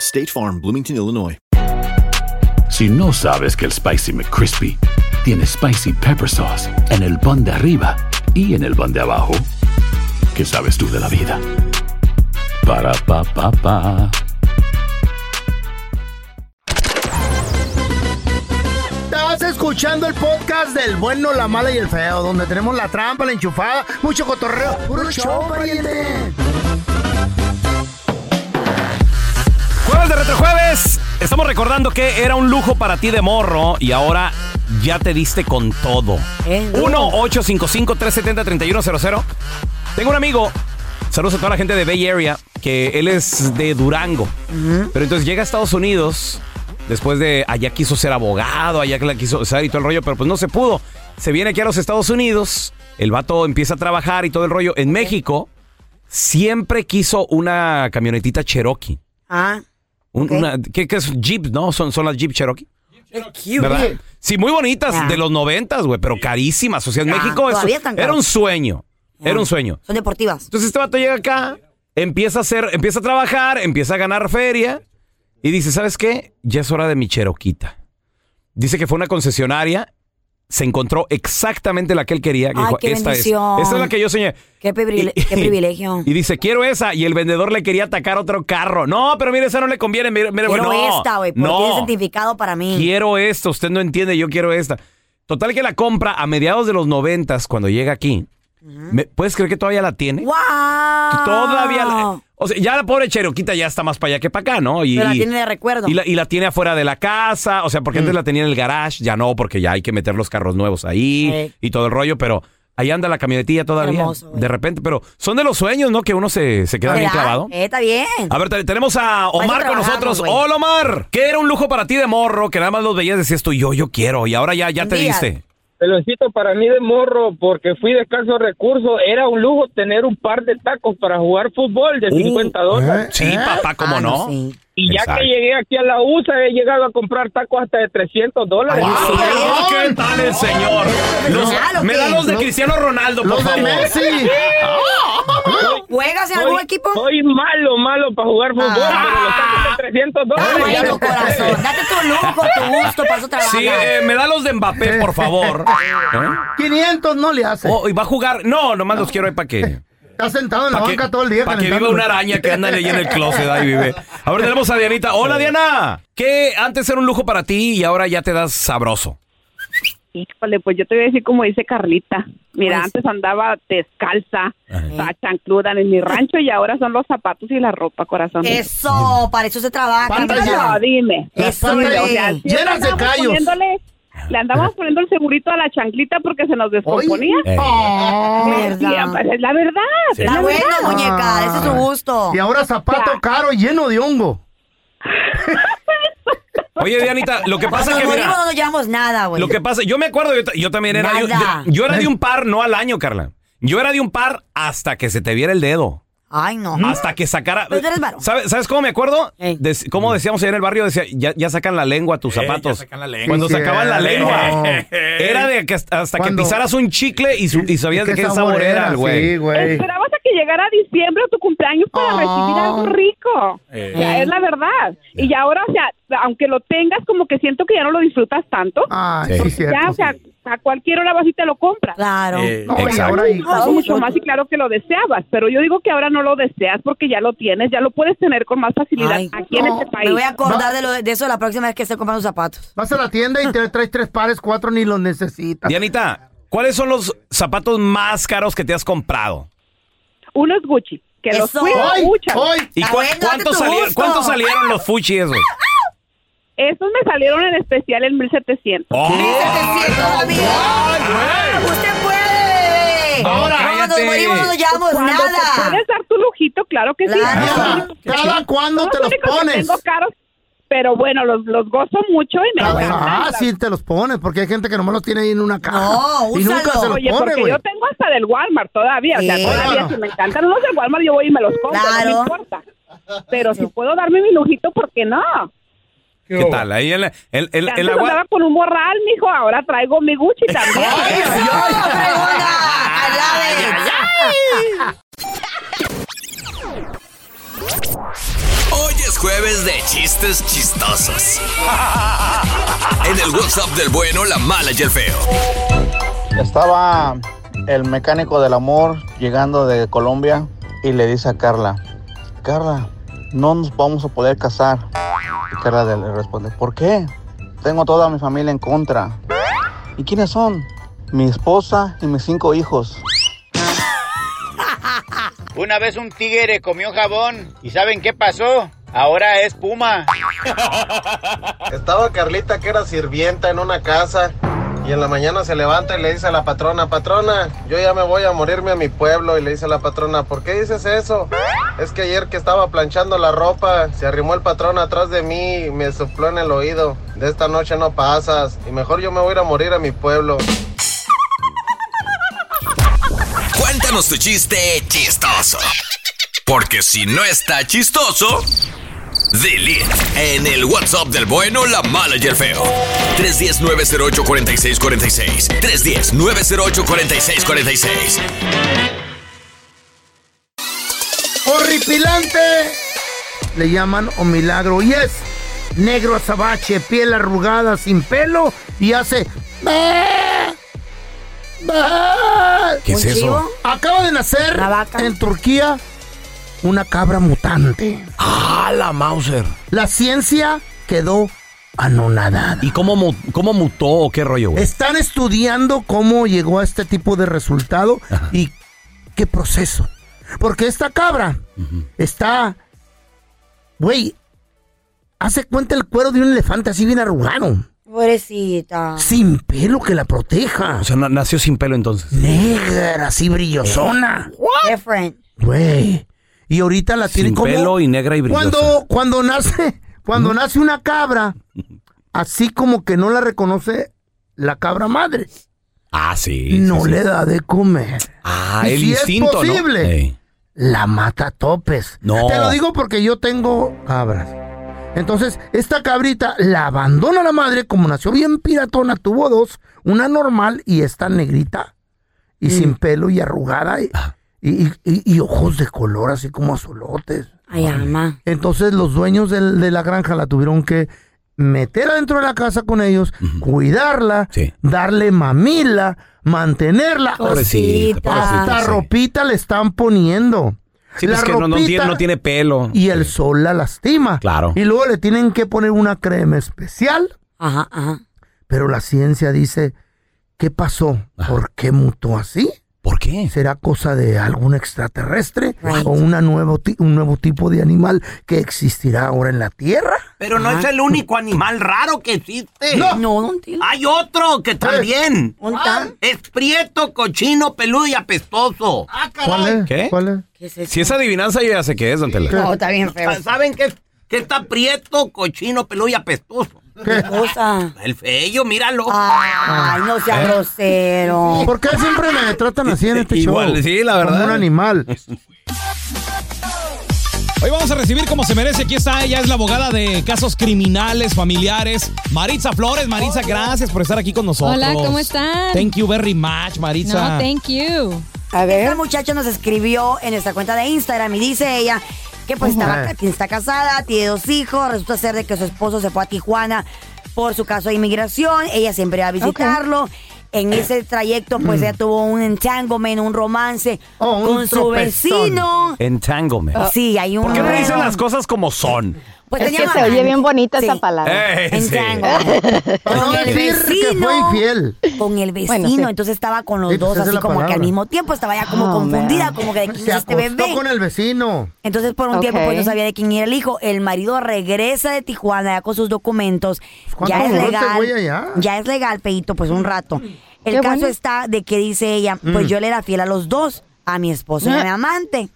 State Farm, Bloomington, Illinois. Si no sabes que el Spicy McCrispy tiene spicy pepper sauce en el pan de arriba y en el pan de abajo, ¿qué sabes tú de la vida? Para pa pa pa. Estás escuchando el podcast del bueno, la mala y el feo, donde tenemos la trampa, la enchufada, mucho cotorreo. ¡Puro show, pariente! Jueves de Retrojueves. Estamos recordando que era un lujo para ti de morro y ahora ya te diste con todo. 1-855-370-3100. Tengo un amigo. Saludos a toda la gente de Bay Area, que él es de Durango. Pero entonces llega a Estados Unidos Después de allá quiso ser abogado, allá que la quiso usar y todo el rollo, pero pues no se pudo. Se viene aquí a los Estados Unidos, el vato empieza a trabajar y todo el rollo. En México siempre quiso una camionetita Cherokee. Ah. Un- ok. una- ¿qué, qué es Jeep? No, son, son las Jeep Cherokee. Qué cute. ¿Verdad? Sí, muy bonitas Ah. de los noventas, güey, pero carísimas. O sea, en Ah, México eso todavía están era caras. un sueño. Era un sueño. Son deportivas. Entonces este vato llega acá, empieza a hacer, empieza a trabajar, empieza a ganar feria y dice, ¿sabes qué? Ya es hora de mi cheroquita. Dice que fue una concesionaria, se encontró exactamente la que él quería. que Ay, dijo, qué esta, es, bendición. esta es la que yo soñé. Qué, privile- qué privilegio. Y dice, quiero esa. Y el vendedor le quería atacar otro carro. No, pero mire, esa no le conviene. Mire, mire, Quiero no, esta, güey, porque es no, identificado para mí. quiero esta. Usted no entiende, yo quiero esta. Total que la compra a mediados de los noventas, cuando llega aquí. ¿Me- ¿Puedes creer que todavía la tiene? ¡Wow! Todavía. la- o sea, ya la pobre Cheroquita ya está más para allá que para acá, ¿no? Y, Pero la y- tiene de recuerdo. Mm. Y la, y la tiene afuera de la casa. O sea, porque antes la tenía en el garage. Ya no, porque ya hay que meter los carros nuevos ahí Sí. y todo el rollo. Pero ahí anda la camionetilla todavía. Hermoso, de repente. Pero son de los sueños, ¿no? Que uno se, se queda ¿Verdad? bien clavado. Eh, está bien. A ver, te- tenemos a Omar con Pues trabajamos, nosotros. güey. Hola, Omar. ¿Qué era un lujo para ti de morro? Que nada más los veías y decías tú, yo, yo quiero. Y ahora ya, ya te Día. diste. Peloncito, para mí de morro, porque fui de escasos recursos, era un lujo tener un par de tacos para jugar fútbol de 50 dólares. Uh, ¿eh? Sí, papá, cómo Uh, ¿eh? Ah, no. Y ya Exacto. que llegué aquí a la USA, he llegado a comprar tacos hasta de 300 dólares. ¡Wow! ¿Qué tal el señor? Los- me da los de Cristiano Ronaldo, por favor. Ah. ¿Juegas en algún equipo? Soy malo, malo para jugar fútbol, pero los Ah. tacos de 300 dólares. ya los compré. Date tu lujo, tu gusto, para eso trabajas. Sí, eh, me da los de Mbappé, por favor. ¿Eh? 500 no le hace. Oh, y va a jugar. No, nomás los quiero ahí para que. Está sentado en la Pa' que- banca todo el día. Para que viva calentando. una araña que anda ahí en el closet, ahí vive. Ahora tenemos a Dianita. Hola, Diana. ¿Qué antes era un lujo para ti y ahora ya te das sabroso? Híjole, pues yo te voy a decir como dice Carlita. Mira, antes andaba descalza, estaba chancluda en mi rancho y ahora son los zapatos y la ropa, corazón. Eso, para eso se trabaja. Pantas Carlita. no, dime. Eso, Dime, o güey. sea, siempre andábamos poniéndole- Le andábamos poniendo el segurito a la chanclita porque se nos descomponía. Ay. Oh. Ah, Siempre, es la verdad. Sí. es la verdad. Y ahora zapato caro lleno de hongo. Oye, Dianita, lo que pasa es Cuando que. nos mira, morimos no nos llevamos nada, güey. Lo que pasa, yo me acuerdo, yo, ta- yo también era. Yo, Nada. yo Eh. era de un par, no al año, Carla. Yo era de un par hasta que se te viera el dedo. Ay, no. Hasta que sacara. Pero tú eres varón. ¿Sabe- ¿Sabes cómo me acuerdo? Dec- ¿Cómo decíamos allá en el barrio? Decía, ya, ya sacan la lengua tus zapatos. Cuando Sí, sacaban la sí, lengua. no. Era de que hasta, hasta que Cuando- pisaras un chicle y, su- y sabías de qué sabor era el güey. Esperabas a que llegara diciembre o tu cumpleaños para recibir algo rico. Ah. Eh. O sea, es la verdad. Y ya ahora, o sea, aunque lo tengas, como que siento que ya no lo disfrutas tanto. Ah, sí, Porque cierto, ya, o sea, a cualquier hora vas y te lo compras. Claro. Eh, No, y exacto. ahora Antes gustaba mucho más y claro que lo deseabas, pero yo digo que ahora no lo deseas porque ya lo tienes, ya lo puedes tener con más facilidad Ay, aquí en este país. Me voy a acordar de, lo, de eso la próxima vez que esté comprando zapatos. Vas a la tienda y te traes tres pares, cuatro ni los necesitas. Dianita, ¿cuáles son los zapatos más caros que te has comprado? Uno es Gucci, que los Eso. cuida ¡Ay! mucho. ¿Y cu- cuántos, salieron, cuántos salieron los fuchi esos? Esos me salieron en especial en 1700. ¡Oh! ¡Usted puede! Ahora, Cuando nos cállate. morimos no nos llevamos Cuando te nada. puedes dar tu lujito, claro que sí. Cada cuando Son te los únicos que pones. Tengo caros, pero bueno, los, los gozo mucho y me encantan. Ah, sí te los pones, porque hay gente que nomás los tiene ahí en una caja. y nunca se los Oye, pone, porque güey. yo tengo hasta del Walmart todavía. O sea, Sí. todavía si me encantan unos del Walmart, yo voy y me los compro, Claro. no me importa. Pero si puedo darme mi lujito, ¿por qué no? ¿Qué tal? Ahí en la, en- en- Antes en la gua- andaba con un morral, mijo, ahora traigo mi Gucci también. Hoy es jueves de chistes chistosos. En el WhatsApp del bueno, la mala y el feo. Estaba el mecánico del amor llegando de Colombia y le dice a Carla, Carla, no nos vamos a poder casar. Y Carla de- le responde, ¿por qué? Tengo toda mi familia en contra. ¿Y quiénes son? Mi esposa Ah, y mis cinco hijos. Una vez un tigre comió jabón y ¿saben qué pasó? Ahora es puma. Estaba Carlita que era sirvienta en una casa Y en la mañana se levanta y le dice a la patrona, patrona, yo ya me voy a morirme a mi pueblo. Y le dice a la patrona, ¿por qué dices eso? Es que ayer que estaba planchando la ropa, se arrimó el patrón atrás de mí y me sopló en el oído. De esta noche no pasas y mejor yo me voy a ir a morir a mi pueblo. Cuéntanos tu chiste chistoso. Porque si no está chistoso, delete en el WhatsApp del bueno, la mala y el feo. 310-908-4646. 310-908-4646. ¡Horripilante! Le llaman o milagro. Y es negro azabache, piel arrugada, sin pelo y hace. "Bah, bah". ¿Qué es ¿Un eso? chivo? Acaba de nacer en Turquía una cabra mutante. ¡Ah, la Mauser! La ciencia quedó anonadada. ¿Y cómo, mu- cómo mutó o qué rollo, güey? Están estudiando cómo llegó a este tipo de resultado y qué proceso. Porque esta cabra está, güey, hace cuenta el cuero de un elefante así bien arrugado, Pobrecita. sin pelo que la proteja, O sea, na- nació sin pelo entonces. negra, así brillosona, Different. güey. Y ahorita la tienen Sin como pelo y negra y brillosa. cuando cuando nace cuando nace una cabra, así como que no la reconoce la cabra madre. Ah, sí. no sí, sí. le da de comer. Ah, Y el si es instinto, ¿no? posible, Ey. la mata a topes. No. Te lo digo porque yo tengo cabras. Entonces, esta cabrita la abandona la madre, como nació bien piratona, tuvo dos, una normal y esta negrita, y Mm. sin pelo y arrugada, y, Ah. y- y- y- y ojos de color, así como azolotes. Ay, ama. Entonces, los dueños del- de la granja la tuvieron que meter adentro de la casa con ellos, cuidarla, darle mamila, mantenerla. Pobrecita, pobrecita, Hasta sí. ropita le están poniendo. Sí, la pues que no, no tiene, no tiene pelo. y el sol la lastima. Claro. Y luego le tienen que poner una crema especial. Ajá, ajá. Pero la ciencia dice, ¿qué pasó? ¿Por qué mutó así? ¿Por qué? ¿Será cosa de algún extraterrestre o una nuevo ti- un nuevo tipo de animal que existirá ahora en la Tierra? Pero no es el único animal raro que existe. No. Hay otro que también. Es prieto, cochino, peludo y apestoso. Ah, ¿Qué? ¿Qué es Si es adivinanza, yo ya sé qué es, don Tela. está bien feo. ¿Saben qué, qué está prieto, cochino, peludo y apestoso? ¿Qué cosa? El feo, míralo. Ay, no sea ¿Eh? grosero. ¿Por qué siempre me tratan así en este Igual, show? sí, la verdad. Como un animal. Hoy vamos a recibir como se merece. Aquí está, ella es la abogada de casos criminales, familiares, Maritza Flores. Maritza, gracias por estar aquí con nosotros. Hola, ¿cómo están? Thank you very much, Maritza. No, thank you. A ver. Esta muchacha Este nos escribió en nuestra cuenta de Instagram y dice ella que pues Ujú. estaba, que está casada, tiene dos hijos, resulta ser de que su esposo se fue a Tijuana por su caso de inmigración, ella siempre va a visitarlo. En ese trayecto, pues ella tuvo un entanglement, un romance con su tropezón. vecino. Ah, Entanglement. Sí, hay un ¿Por qué me dicen nuevo. las cosas como son? Pues Es que tenía se oye bien bonita esa Ah, palabra. Eh, sí. Con el vecino. Con el vecino. Bueno, sí. Entonces estaba con los Sí, pues, dos, esa es así la como que al palabra. mismo tiempo estaba ya como Oh, confundida, man. como que de quién Se es este acostó bebé. con el vecino. Entonces por un Ok. tiempo pues no sabía de quién era el hijo. El marido regresa de Tijuana ya con sus documentos. ¿cuánto Ya es duró este legal. güey allá? Ya es legal, Peito, pues un rato. El Qué caso bueno. está de que dice ella, pues Mm. yo le era fiel a los dos, a mi esposo y a mi amante.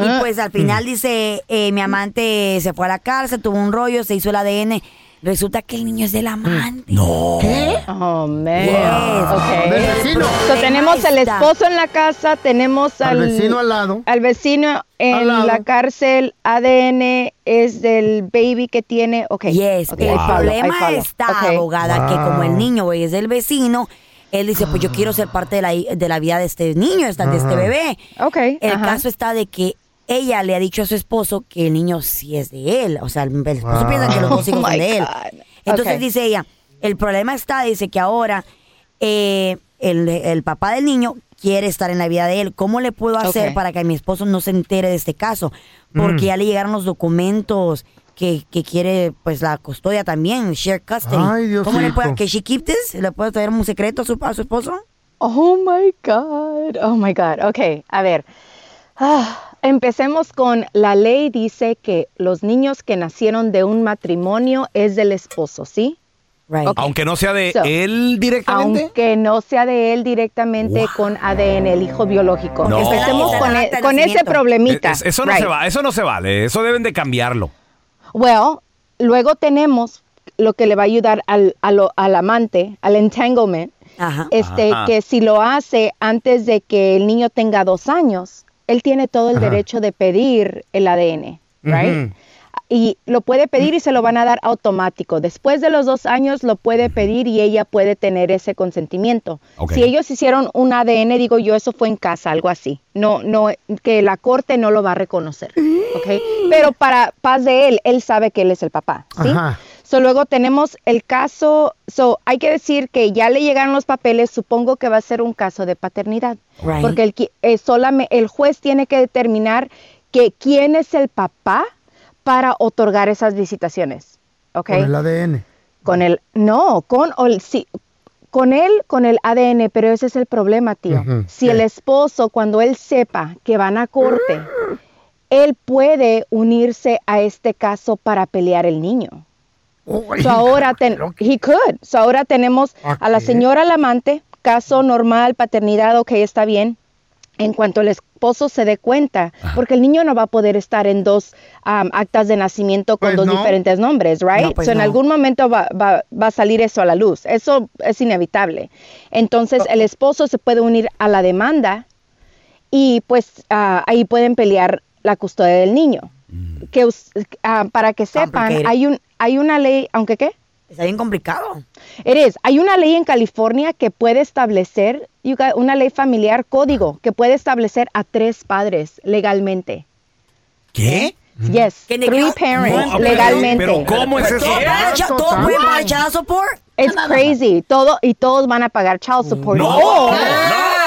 Y pues al final dice, eh, mi amante se fue a la cárcel, tuvo un rollo, se hizo el ADN. Resulta que el niño es del amante. No. ¿Qué? Oh, man. Yes. Ok. Del vecino. So, tenemos el esposo en la casa, tenemos Al al, vecino al lado. al vecino en Al lado. la cárcel, ADN es del baby que tiene. Ok. Yes, ok, el ahí follow, ahí problema follow. está, Ok. abogada, que como el niño güey, es del vecino, él dice, pues yo quiero ser parte de la, de la vida de este niño, esta- de este Ajá. bebé. El ajá. caso está de que ella le ha dicho a su esposo que el niño sí es de él. O sea, el el esposo Wow. piensa que los dos hijos Oh, son my de él. God. Entonces Ok. dice ella, el problema está, dice que ahora eh, el, el papá del niño quiere estar en la vida de él. ¿Cómo le puedo hacer Ok. para que mi esposo no se entere de este caso? Porque Mm. ya le llegaron los documentos que, que quiere pues la custodia también, share custody. Ay, Diosito. ¿Cómo le puedo, que she keep this? ¿Le puedo traer un secreto a su, a su esposo? Oh my God, oh my God. Ok, a ver. Ah, empecemos con la ley dice que los niños que nacieron de un matrimonio es del esposo, ¿sí? Right. Aunque no sea de So, él directamente. Aunque no sea de él directamente con ADN, el hijo biológico. No. Empecemos con, e- Esperamos con ese nacimiento. problemita. Es- eso no Right. se va, eso no se vale, eso deben de cambiarlo. Well, luego tenemos lo que le va a ayudar al, a lo- al amante, al entanglement, este, Ajá. que si lo hace antes de que el niño tenga dos años, él tiene todo el Ajá. derecho de pedir el ADN, right? Y lo puede pedir y se lo van a dar automático. Después de los dos años lo puede pedir y ella puede tener ese consentimiento. Ok. Si ellos hicieron un ADN, digo yo, eso fue en casa, algo así. No, no, que la corte no lo va a reconocer. ¿ok? Pero para paz de él, él sabe que él es el papá. ¿sí? Ajá. So, luego tenemos el caso, so, hay que decir que ya le llegaron los papeles, supongo que va a ser un caso de paternidad, Right. porque el, qui- eh, solame- el juez tiene que determinar que quién es el papá para otorgar esas visitaciones, ¿ok? Con el ADN. Con el, no, con, o el- sí, con él, con el ADN, pero ese es el problema, tío. Ujú, Si el esposo, cuando él sepa que van a corte, él puede unirse a este caso para pelear el niño. So ahora, ten- he could. So ahora tenemos a la señora la amante, caso normal, paternidad, ok, está bien. En cuanto el esposo se dé cuenta, porque el niño no va a poder estar en dos um, actas de nacimiento con Pues dos no. diferentes nombres, right? No, pues So, en no. algún momento va, va- va a salir eso a la luz. Eso es inevitable. Entonces, Oh. el esposo se puede unir a la demanda y pues ah, ahí pueden pelear la custodia del niño. Que us- ah, para que sepan, Mm. Complicated. hay un hay una ley, aunque qué? Está bien complicado. Eres, hay una ley en California que puede establecer, you got- una ley familiar código que puede establecer a tres padres legalmente. ¿Qué? Yes, three parents legalmente. pero ¿cómo es eso? ¿Todo puede pagar child support? It's crazy. Todo y todos van a pagar child support. Mm. No, O- no.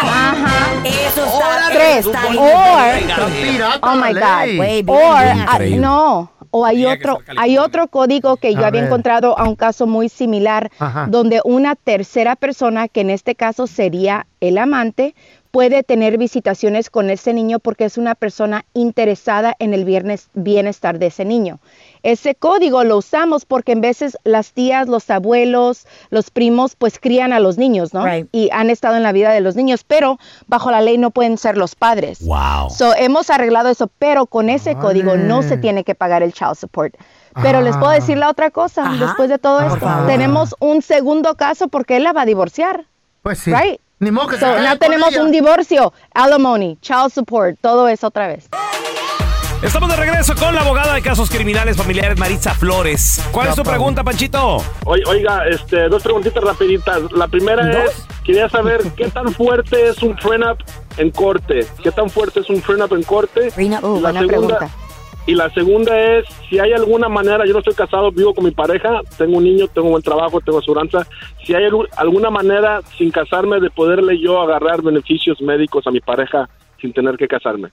Ajá. Eso está Tres. está bien. Or, oh my God. Güey, bien Or, ah, increíble. no. O hay otro, hay otro código que yo A había ver. encontrado a un caso muy similar, Ajá. donde una tercera persona, que en este caso sería el amante, puede tener visitaciones con ese niño porque es una persona interesada en el viernes- bienestar de ese niño. Ese código lo usamos porque en veces las tías, los abuelos, los primos, pues crían a los niños, ¿no? Y han estado en la vida de los niños, pero bajo la ley no pueden ser los padres. Wow. So, hemos arreglado eso, pero con ese código no Mm. se tiene que pagar el child support. Pero les puedo decir Ah. la otra cosa, después de todo esto, tenemos un segundo caso porque él la va a divorciar. Pues sí. Right? Ni modo que se So, quede no con tenemos ella. un divorcio, alimony, child support, todo eso otra vez. Estamos de regreso con la abogada de casos criminales familiares Maritza Flores. ¿Cuál es tu pregunta, Panchito? Oi- Oiga, este, dos preguntitas rapiditas. La primera es, quería saber qué tan fuerte es un friend up en corte. ¿Qué tan fuerte es un friend up en corte? Uh, la buena pregunta. Y la segunda es, si hay alguna manera, yo no estoy casado, vivo con mi pareja, tengo un niño, tengo buen trabajo, tengo aseguranza, si hay algu- alguna manera, sin casarme, de poderle yo agarrar beneficios médicos a mi pareja sin tener que casarme.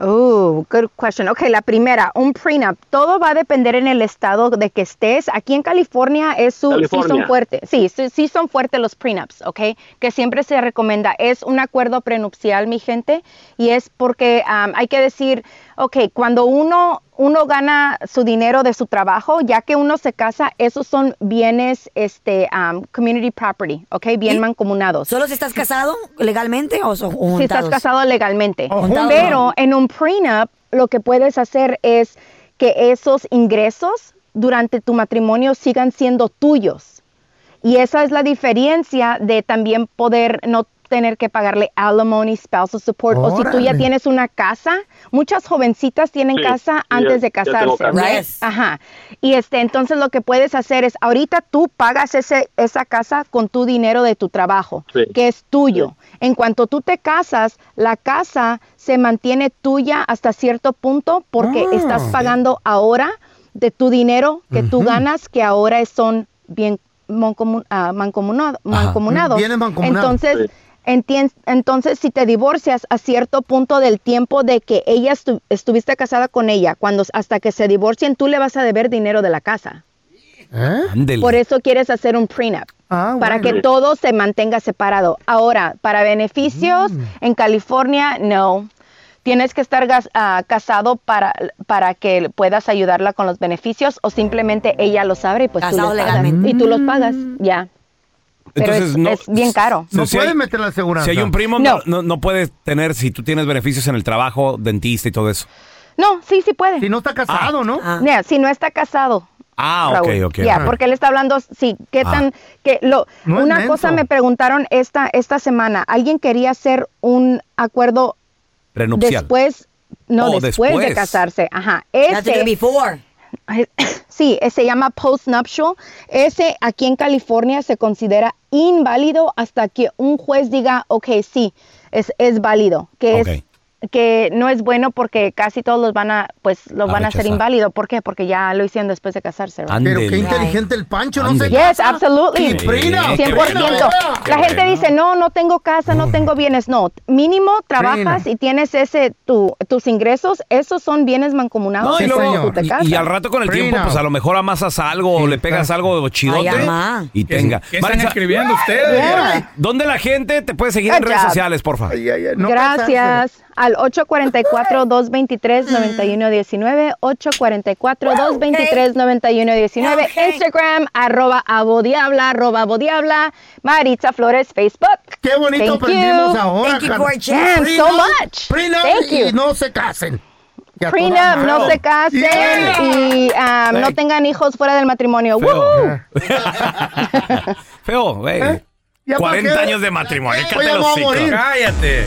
Oh, good question. Ok, la primera, un prenup. Todo va a depender en el estado de que estés. Aquí en California es su, sí son California. fuertes. Sí, sí, sí son fuertes los prenups, ok, que siempre se recomienda. Es un acuerdo prenupcial, mi gente, y es porque am, hay que decir, ok, cuando uno, uno gana su dinero de su trabajo, ya que uno se casa, esos son bienes, este, am, community property, ok, bien mancomunados. ¿Solo si estás casado legalmente o, so- o Si estás juntados? casado legalmente. Oh, juntados. Pero en un prenup lo que puedes hacer es que esos ingresos durante tu matrimonio sigan siendo tuyos. Y esa es la diferencia de también poder no tener que pagarle alimony, spousal support, o si tú ya Órale. tienes una casa, muchas jovencitas tienen Sí, casa sí, antes ya- de ya tengo casarse, casa. right? Yes. Ajá. Y este, entonces lo que puedes hacer es ahorita tú pagas ese esa casa con tu dinero de tu trabajo, Sí. que es tuyo. En cuanto tú te casas, la casa se mantiene tuya hasta cierto punto porque Ah. estás pagando ahora de tu dinero que tú ganas, que ahora son bien moncomun- ah, mancomunado- mancomunados. Bienes mancomunados. Entonces, Sí. Entien- entonces, si te divorcias a cierto punto del tiempo de que ella estu- estuviste casada con ella, cuando hasta que se divorcien, tú le vas a deber dinero de la casa. ¿Eh? Ándele. Por eso quieres hacer un prenup. Ah, Para Ah, bueno. que todo Mm. se mantenga separado. Ahora, para beneficios en California, no. Tienes que estar gas- ah, casado para, para que puedas ayudarla con los beneficios o simplemente ella los abre y pues tú Casado los pagas. legalmente. Y tú los pagas, Mm. ya. Pero Entonces, es, no- es bien caro. No Si puede hay- meter la aseguranza. Si hay un primo, no. No, no puedes tener, si tú tienes beneficios en el trabajo, dentista y todo eso. No, sí, sí puede. Si no está casado, ¿no? Ah. si no está casado. Ah, ok, Raúl. ok. Ya, ok. porque él está hablando, sí, qué Ah. tan, que lo, No es una menso. cosa me preguntaron esta, esta semana, alguien quería hacer un acuerdo Renupcial. después, no, Oh, después, de después. casarse, ajá, That's ese, the before. sí, eh, se llama postnuptial, ese aquí en California se considera inválido hasta que un juez diga, ok, sí, es, es válido, que es que no es bueno porque casi todos los van a, pues, los A van a hacer rechazar. inválido. ¿por qué? Porque ya lo hicieron después de casarse. ¿verdad? Pero qué inteligente el Pancho, no sé. Yes, absolutely. Qué Frida. 100%. Qué La gente bueno. Mm. dice, no, no tengo casa, no tengo bienes. No, mínimo trabajas y tienes ese tu, tus ingresos, esos son bienes No, mancomunados. y, con luego- los que tú te y- casas. y al rato con el Frida. tiempo, pues a lo mejor amasas algo o le pegas algo chidote Ay, amá. y ¿Qué- tenga. qué están escribiendo ustedes? Yeah. ¿Dónde la gente te puede seguir en Good redes job. sociales, porfa? Gracias. Al Mm. 844-223-9119, 844-223-9119, Instagram, arroba abodiabla, arroba abodiabla, Maritza Flores, Facebook. Qué bonito Thank aprendimos you. ahora. Carla. Man, Prenup- so much. prenup Thank you. y no se casen. Y a toda Prenup, madre. no se casen Yeah. y ah, no Thank- tengan hijos fuera del matrimonio. Feo. Woohoo. Feo, güey. ¿Eh? ¿Ya para 40 qué? años de matrimonio. Voy cállate a el hocico. morir. Cállate.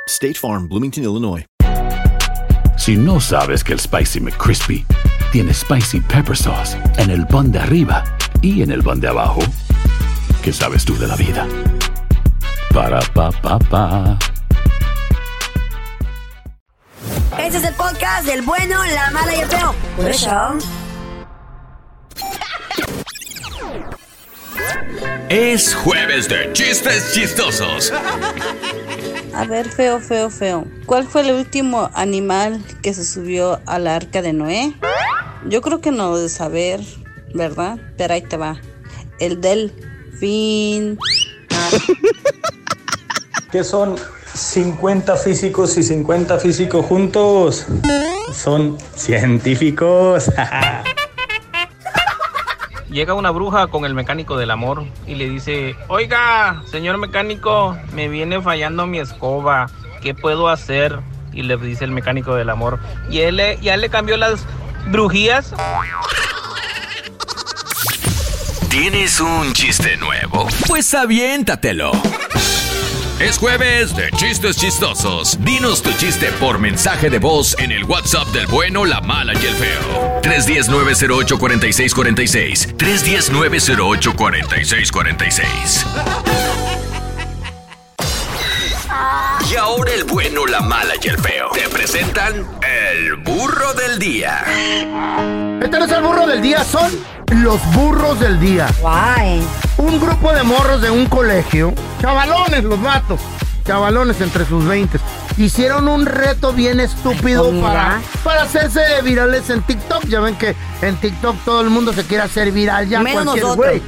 State Farm, Bloomington, Illinois. Si no sabes que el Spicy McCrispy tiene Spicy Pepper Sauce en el pan de arriba y en el pan de abajo, ¿qué sabes tú de la vida? Para, pa, pa, pa. Este es el podcast del bueno, la mala y el feo. Por eso. Es jueves de chistes chistosos. A ver, feo, feo, feo. ¿Cuál fue el último animal que se subió al arca de Noé? Yo creo que no de saber, ¿verdad? Pero ahí te va. El delfín. que son 50 físicos y 50 físicos juntos. Son científicos. Llega una bruja con el mecánico del amor y le dice, oiga, señor mecánico, me viene fallando mi escoba, ¿qué puedo hacer? Y le dice el mecánico del amor, ¿y él le- ya le cambió las brujías? ¿Tienes un chiste nuevo? Pues aviéntatelo. Es jueves de chistes chistosos. Dinos tu chiste por mensaje de voz en el WhatsApp del bueno, la mala y el feo. 319-08-4646. 319-08-4646. Y ahora el bueno, la mala y el feo. Te presentan el burro del día. Este no es el burro del día, son los burros del día. Guay. Un grupo de morros de un colegio, chavalones los matos, chavalones entre sus 20, hicieron un reto bien estúpido comida. para, para hacerse virales en TikTok. Ya ven que en TikTok todo el mundo se quiere hacer viral ya. Menos cualquier nosotros. güey.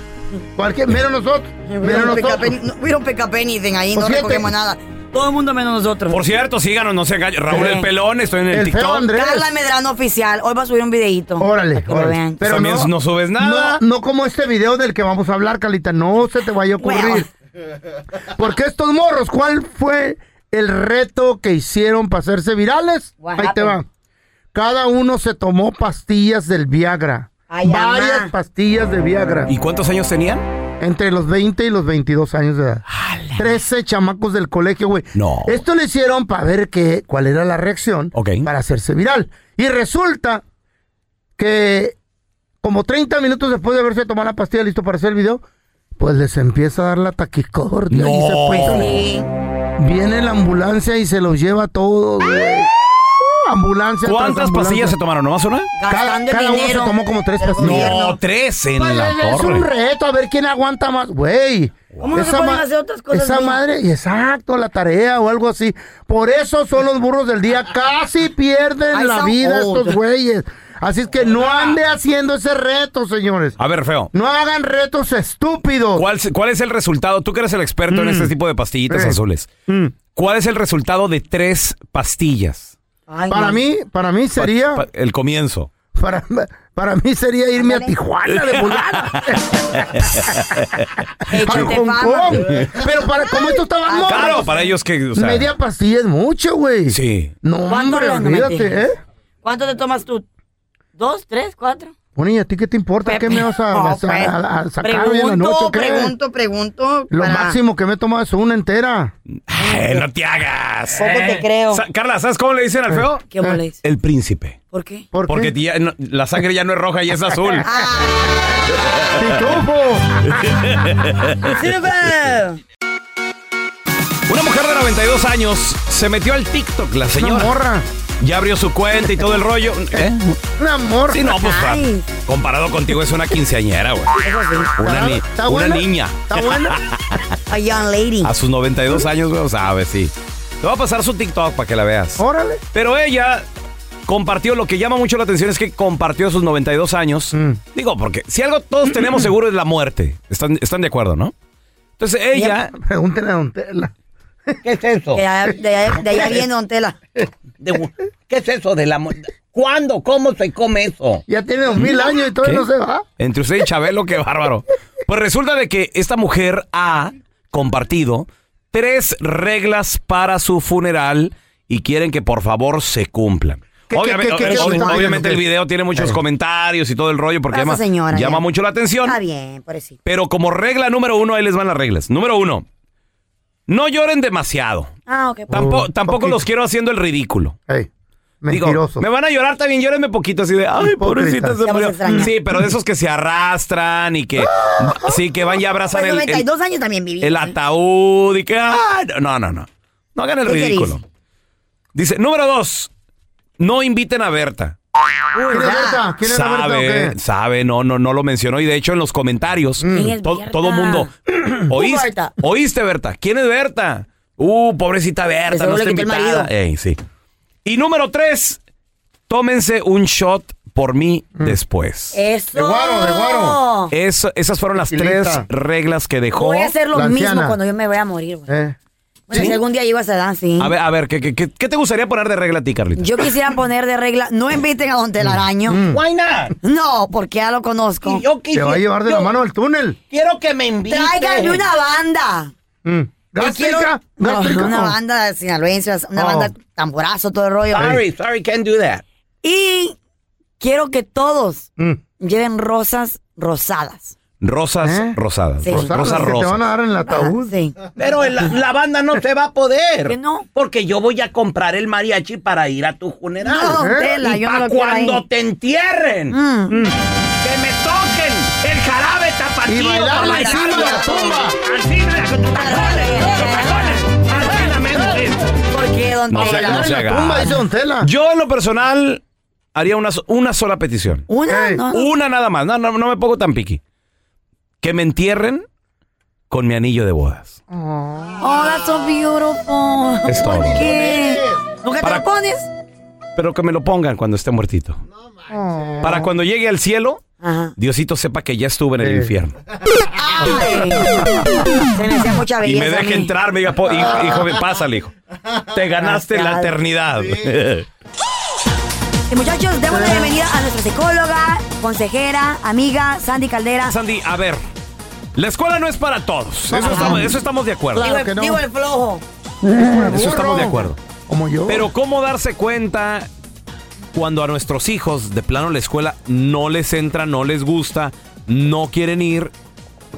Cualquier, menos nosotros. We Menos don't pick nosotros. up any- no- we don't pick up anything ahí, Pues no fíjate. recogemos nada. Todo el mundo menos nosotros. Por cierto, síganos, no se engañen. Raúl Sí. el Pelón, estoy en el, El feo TikTok. Carla Medrano Oficial, hoy va a subir un videíto. Órale, lo órale. vean. También Pues no subes nada. No, no como este video del que vamos a hablar, Calita. No se te vaya a ocurrir. Porque estos morros, ¿cuál fue el reto que hicieron para hacerse virales? What Ahí te va. happened? Cada uno se tomó pastillas del Viagra. Ay, varias amá. pastillas de Viagra. ¿Y cuántos años tenían? Entre los 20 y los 22 años de edad. 13 chamacos del colegio, güey. No. Esto lo hicieron para ver qué, cuál era la reacción para hacerse viral. Y resulta que como 30 minutos después de haberse tomado la pastilla listo para hacer el video, pues les empieza a dar la taquicordia. Y se fue. Viene la ambulancia y se los lleva a todos, güey. Ambulancia. tras ¿Cuántas ambulancia. pastillas se tomaron? ¿Nomás una? Cada, cada uno se tomó como tres pastillas. No, tres en Pues, la es- es un torre. reto, a ver quién aguanta más, güey. ¿Cómo no se pueden hacer otras cosas esa bien? madre, exacto, la tarea o algo así. Por eso son los burros del día. Casi pierden I la sound vida old. estos güeyes. Así es que no ande haciendo ese reto, señores. A ver, feo. No hagan retos estúpidos. ¿Cuál, se- cuál es el resultado? Tú que eres el experto en Mm. este tipo de pastillitas Eh. azules. ¿Cuál es el resultado de tres pastillas? para no. mí, para mí sería, Pa- el comienzo. para, para mí sería irme a Tijuana de volada. Al Hong Kong. Pero para, como esto estaba morros, Claro, para ellos que. o sea, media pastilla es mucho, güey. Sí. No, Ah, ¿Cuánto hombre, le no me olvídate, digas? ¿eh? ¿Cuánto te tomas tú? ¿Dos, tres, cuatro? Bueno, ¿y a ti qué te importa? ¿Qué me vas a, No, vas a- pues, a- a sacar hoy en la noche? Pregunto, o qué? pregunto, pregunto. Lo para- máximo que me he tomado es una entera. Eh, no te hagas. Poco eh. te creo. Sa- Carla, ¿sabes cómo le dicen al feo? ¿Qué cómo le dicen? El príncipe. ¿Por qué? Porque ya no- la sangre ya no es roja y es azul. Ah, Una mujer de 92 años se metió al TikTok, la señora. Una morra. Ya abrió su cuenta y todo el rollo. ¿Eh? Una morra. Sí, no, pues pa- Ay. comparado contigo es una quinceañera, güey. Una, ni- ¿Está una buena? niña. ¿Está buena? A young lady. A sus 92 años, güey, sabes, sí. Te voy a pasar su TikTok para que la veas. Órale. Pero ella compartió, lo que llama mucho la atención es que compartió a sus 92 años. Mm. Digo, porque si algo todos tenemos seguro es la muerte. Están, están de acuerdo, ¿no? Entonces ella... Pregúntenle a Don Tela. ¿Qué es eso? De allá, de allá- de allá viene Don Tela. De- ¿Qué es eso del amor? ¿Cuándo? ¿Cómo se come eso? Ya tiene dos mil años y todavía no se va. Entre usted y Chabelo, qué bárbaro. Pues resulta de que esta mujer ha compartido tres reglas para su funeral y quieren que por favor se cumplan. ¿Qué, Obviamente, qué, qué, qué, qué, ob- qué, qué, obviamente qué? el video tiene muchos Eh. comentarios y todo el rollo porque Esa llama, señora, llama ya. mucho la atención. Está bien, pobrecito. Pero como regla número uno, ahí les van las reglas. Número uno, no lloren demasiado. Ah, ok. Oh, Tampo- tampoco los quiero haciendo el ridículo. Digo, Mentiroso. me van a llorar también, llórenme poquito así de, ay, pobrecita se Ya murió. vas a extrañar. Sí, pero de esos que se arrastran y que, sí, que van y abrazan Pues el, el, 92 años también viví. el ataúd y que, ah, no, no, no. No hagan el ¿Qué querés? ridículo. Dice, número dos, no inviten a Berta. ¿Quién es Berta? ¿Quién es la Berta o Sabe, qué? sabe, no, no, no lo mencionó. Y de hecho, en los comentarios, ¿Quién es to- Berta? todo mundo. ¿Oíste, Berta? ¿Oíste, Berta? ¿Quién es Berta? Uh, pobrecita De Berta, seguro no le está quitó el invitada. marido. Ey, sí. Y número tres, tómense un shot por mí después. Eso. De guaro, de guaro. Eso- esas fueron las Tequilita. tres reglas que dejó. Oh. Voy a hacer lo mismo cuando yo me voy a morir, güey. Bueno, si algún día llego a esa edad, sí. A ver, a ver, ¿qué, qué, qué- qué te gustaría poner de regla a ti, Carlita? Yo quisiera poner de regla, no inviten a Don Telaraño. Mm. Why not? No, porque ya lo conozco. yo quisiera- Te va a llevar de la yo- mano al túnel. Quiero que me inviten. Tráiganme una banda. Yo quiero- ¿Gástrica? No, ¿Gástrica? no, una banda sinaloense, una Oh. banda tamborazo, todo el rollo. Sorry, sorry, can't do that. Y quiero que todos Mm. lleven rosas rosadas. Rosas rosadas. Sí. Rosas Rosas rosas. que te van a dar en el ataúd. Sí. Pero el- la, la banda no se va a poder. ¿Por qué no? Porque yo voy a comprar el mariachi para ir a tu funeral. No, don Tela, y yo no pa' lo quiero cuando ahí. te entierren. Mm. Que me toquen el jarabe tapatío. Y bailar para encima de la tumba. Encima de la- con tus tacones, con tus tacones. Así la meto. ¿Por qué, don No se, Tela? no se haga. Don Tela. Yo en lo personal haría una, so- una sola petición. ¿Una? No, no. Una nada más. No, no, no me pongo tan piqui. Que me entierren con mi anillo de bodas. Oh, that's so beautiful. Es todo. ¿Por qué? ¿Nunca te lo pones? Pero que me lo pongan cuando esté muertito. Oh. Para cuando llegue al cielo, Ah. Ajá. Diosito sepa que ya estuve en el infierno. Ay. Se me hacía mucha Y belleza. me a deje mí. Ah. entrar, me diga, po- hijo, hijo, pásale, hijo. Te ganaste la Gracias. eternidad. Y muchachos, demos la bienvenida a nuestra psicóloga, consejera, amiga, Sandy Caldera. Sandy, a ver, La escuela no es para todos. Eso, Ajá. estamos, eso estamos de acuerdo. digo, el- digo el flojo. Eso estamos de acuerdo. Como yo. Pero ¿cómo darse cuenta cuando a nuestros hijos, de plano la escuela, no les entra, no les gusta, no quieren ir?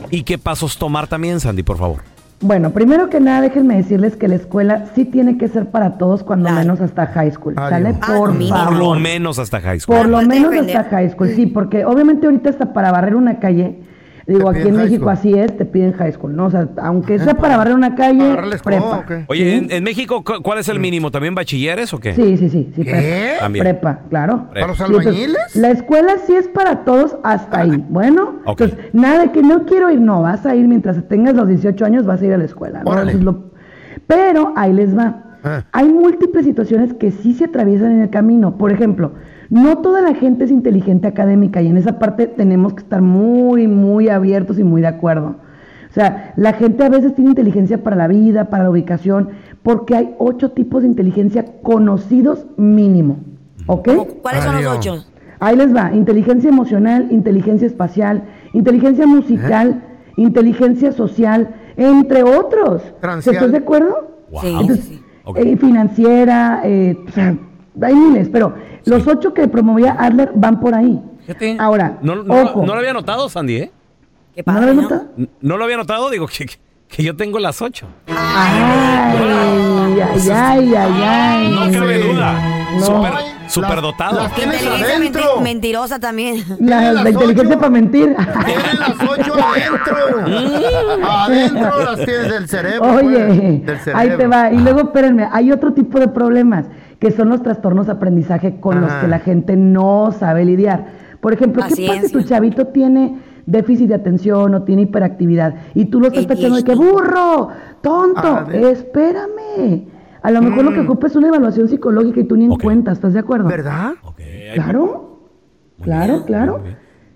¿Y qué pasos tomar también, Sandy, por favor? Bueno, primero que nada, déjenme decirles que la escuela sí tiene que ser para todos, cuando menos hasta high school. Ah, ¿Sale? Por Por favor. lo menos hasta high school. Ah, Por lo menos hasta high school, sí, porque obviamente ahorita hasta para barrer una calle, digo, aquí piden en high México school. así es, te piden high school, ¿no? O sea, aunque sea para barrer una calle, prepa. Oye, en, en México, cu- ¿cuál es el mínimo? ¿También bachilleres o qué? Sí, sí, sí, sí, prepa. También. Prepa, claro. ¿Para los Sí, entonces, albañiles? Ah, la escuela sí es para todos hasta ahí. Bueno, Ok. entonces, nada de que no quiero ir, no, vas a ir mientras tengas los 18 años, vas a ir a la escuela. ¿no? Órale. Eso es lo- Pero ahí les va. Ah. Hay múltiples situaciones que sí se atraviesan en el camino. Por ejemplo, no toda la gente es inteligente académica y en esa parte tenemos que estar muy, muy abiertos y muy de acuerdo. O sea, la gente a veces tiene inteligencia para la vida, para la ubicación, porque hay ocho tipos de inteligencia conocidos mínimo. ¿Ok? ¿Cuáles son los ocho? Ahí les va, inteligencia emocional, inteligencia espacial, inteligencia musical, inteligencia social, entre otros. Transial. ¿Estás de acuerdo? Wow. Sí, Eh, financiera, eh, o sea, hay miles, pero los ocho que promovía Adler van por ahí. Ahora, No, no- ojo. no lo había notado, Sandy, ¿eh? ¿No lo notas? N- No lo había notado, digo que, que- que yo tengo las ocho. Ay, ay, ay, ay, ay. No cabe duda. No. Super, superdotado. Inteligencia menti- mentirosa también. La, la inteligencia para mentir. Adentro las tienes del cerebro. Oye, pues, del ahí te cerebro. va. Y luego, espérenme, hay otro tipo de problemas que son los trastornos de aprendizaje con los Ajá. que la gente no sabe lidiar. Por ejemplo, ¿qué pasa si Paciencia. tu chavito tiene déficit de atención o tiene hiperactividad y tú lo estás tachando de que burro, tonto, Ah, de- espérame? A lo mejor lo que Mm. ocupa es una evaluación psicológica y tú ni en cuenta, ¿estás de acuerdo? ¿Verdad? Claro, claro, claro.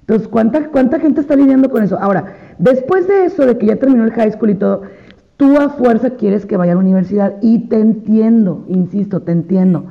Entonces, ¿cuánta, ¿cuánta gente está lidiando con eso? Ahora, después de eso, de que ya terminó el high school y todo, tú a fuerza quieres que vaya a la universidad y te entiendo, insisto, te entiendo.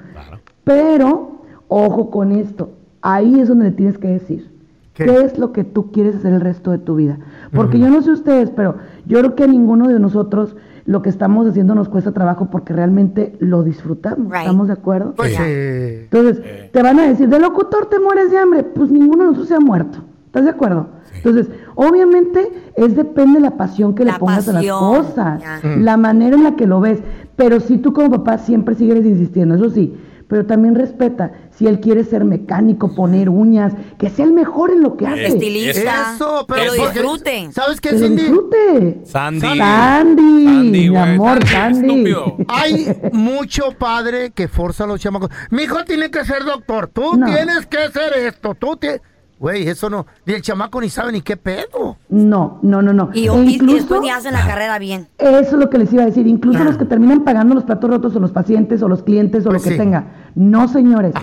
Pero, ojo con esto, ahí es donde le tienes que decir. ¿Qué? es lo que tú quieres hacer el resto de tu vida? Porque yo no sé ustedes, pero yo creo que a ninguno de nosotros lo que estamos haciendo nos cuesta trabajo porque realmente lo disfrutamos. ¿Estamos de acuerdo? Pues, eh, Entonces, te van a decir, de locutor te mueres de hambre. Pues ninguno de nosotros se ha muerto. ¿Estás de acuerdo? Entonces, obviamente es depende de la pasión que le pongas pasión, a las cosas, ya. la manera en la que lo ves. Pero si tú como papá siempre sigues insistiendo, eso sí, pero también respeta si él quiere ser mecánico, poner uñas, que sea el mejor en lo que hace. Estilista. Eso, pero que lo porque- disfruten. ¿Sabes Que qué, lo Cindy? disfrute. Sandy. Sandy, mi güey, amor, Sandy. Hay mucho padre que forza a los chamacos. Mi hijo tiene que ser doctor. Tú No. tienes que hacer esto. Tú tienes. Güey, eso no. Ni el chamaco ni sabe ni qué pedo. No, no, no, no. Y, E y- y incluso- después ni hacen la carrera bien. Eso es lo que les iba a decir. Incluso los que terminan pagando los platos rotos o los pacientes o los clientes o Pues lo que sí. tenga. No, señores.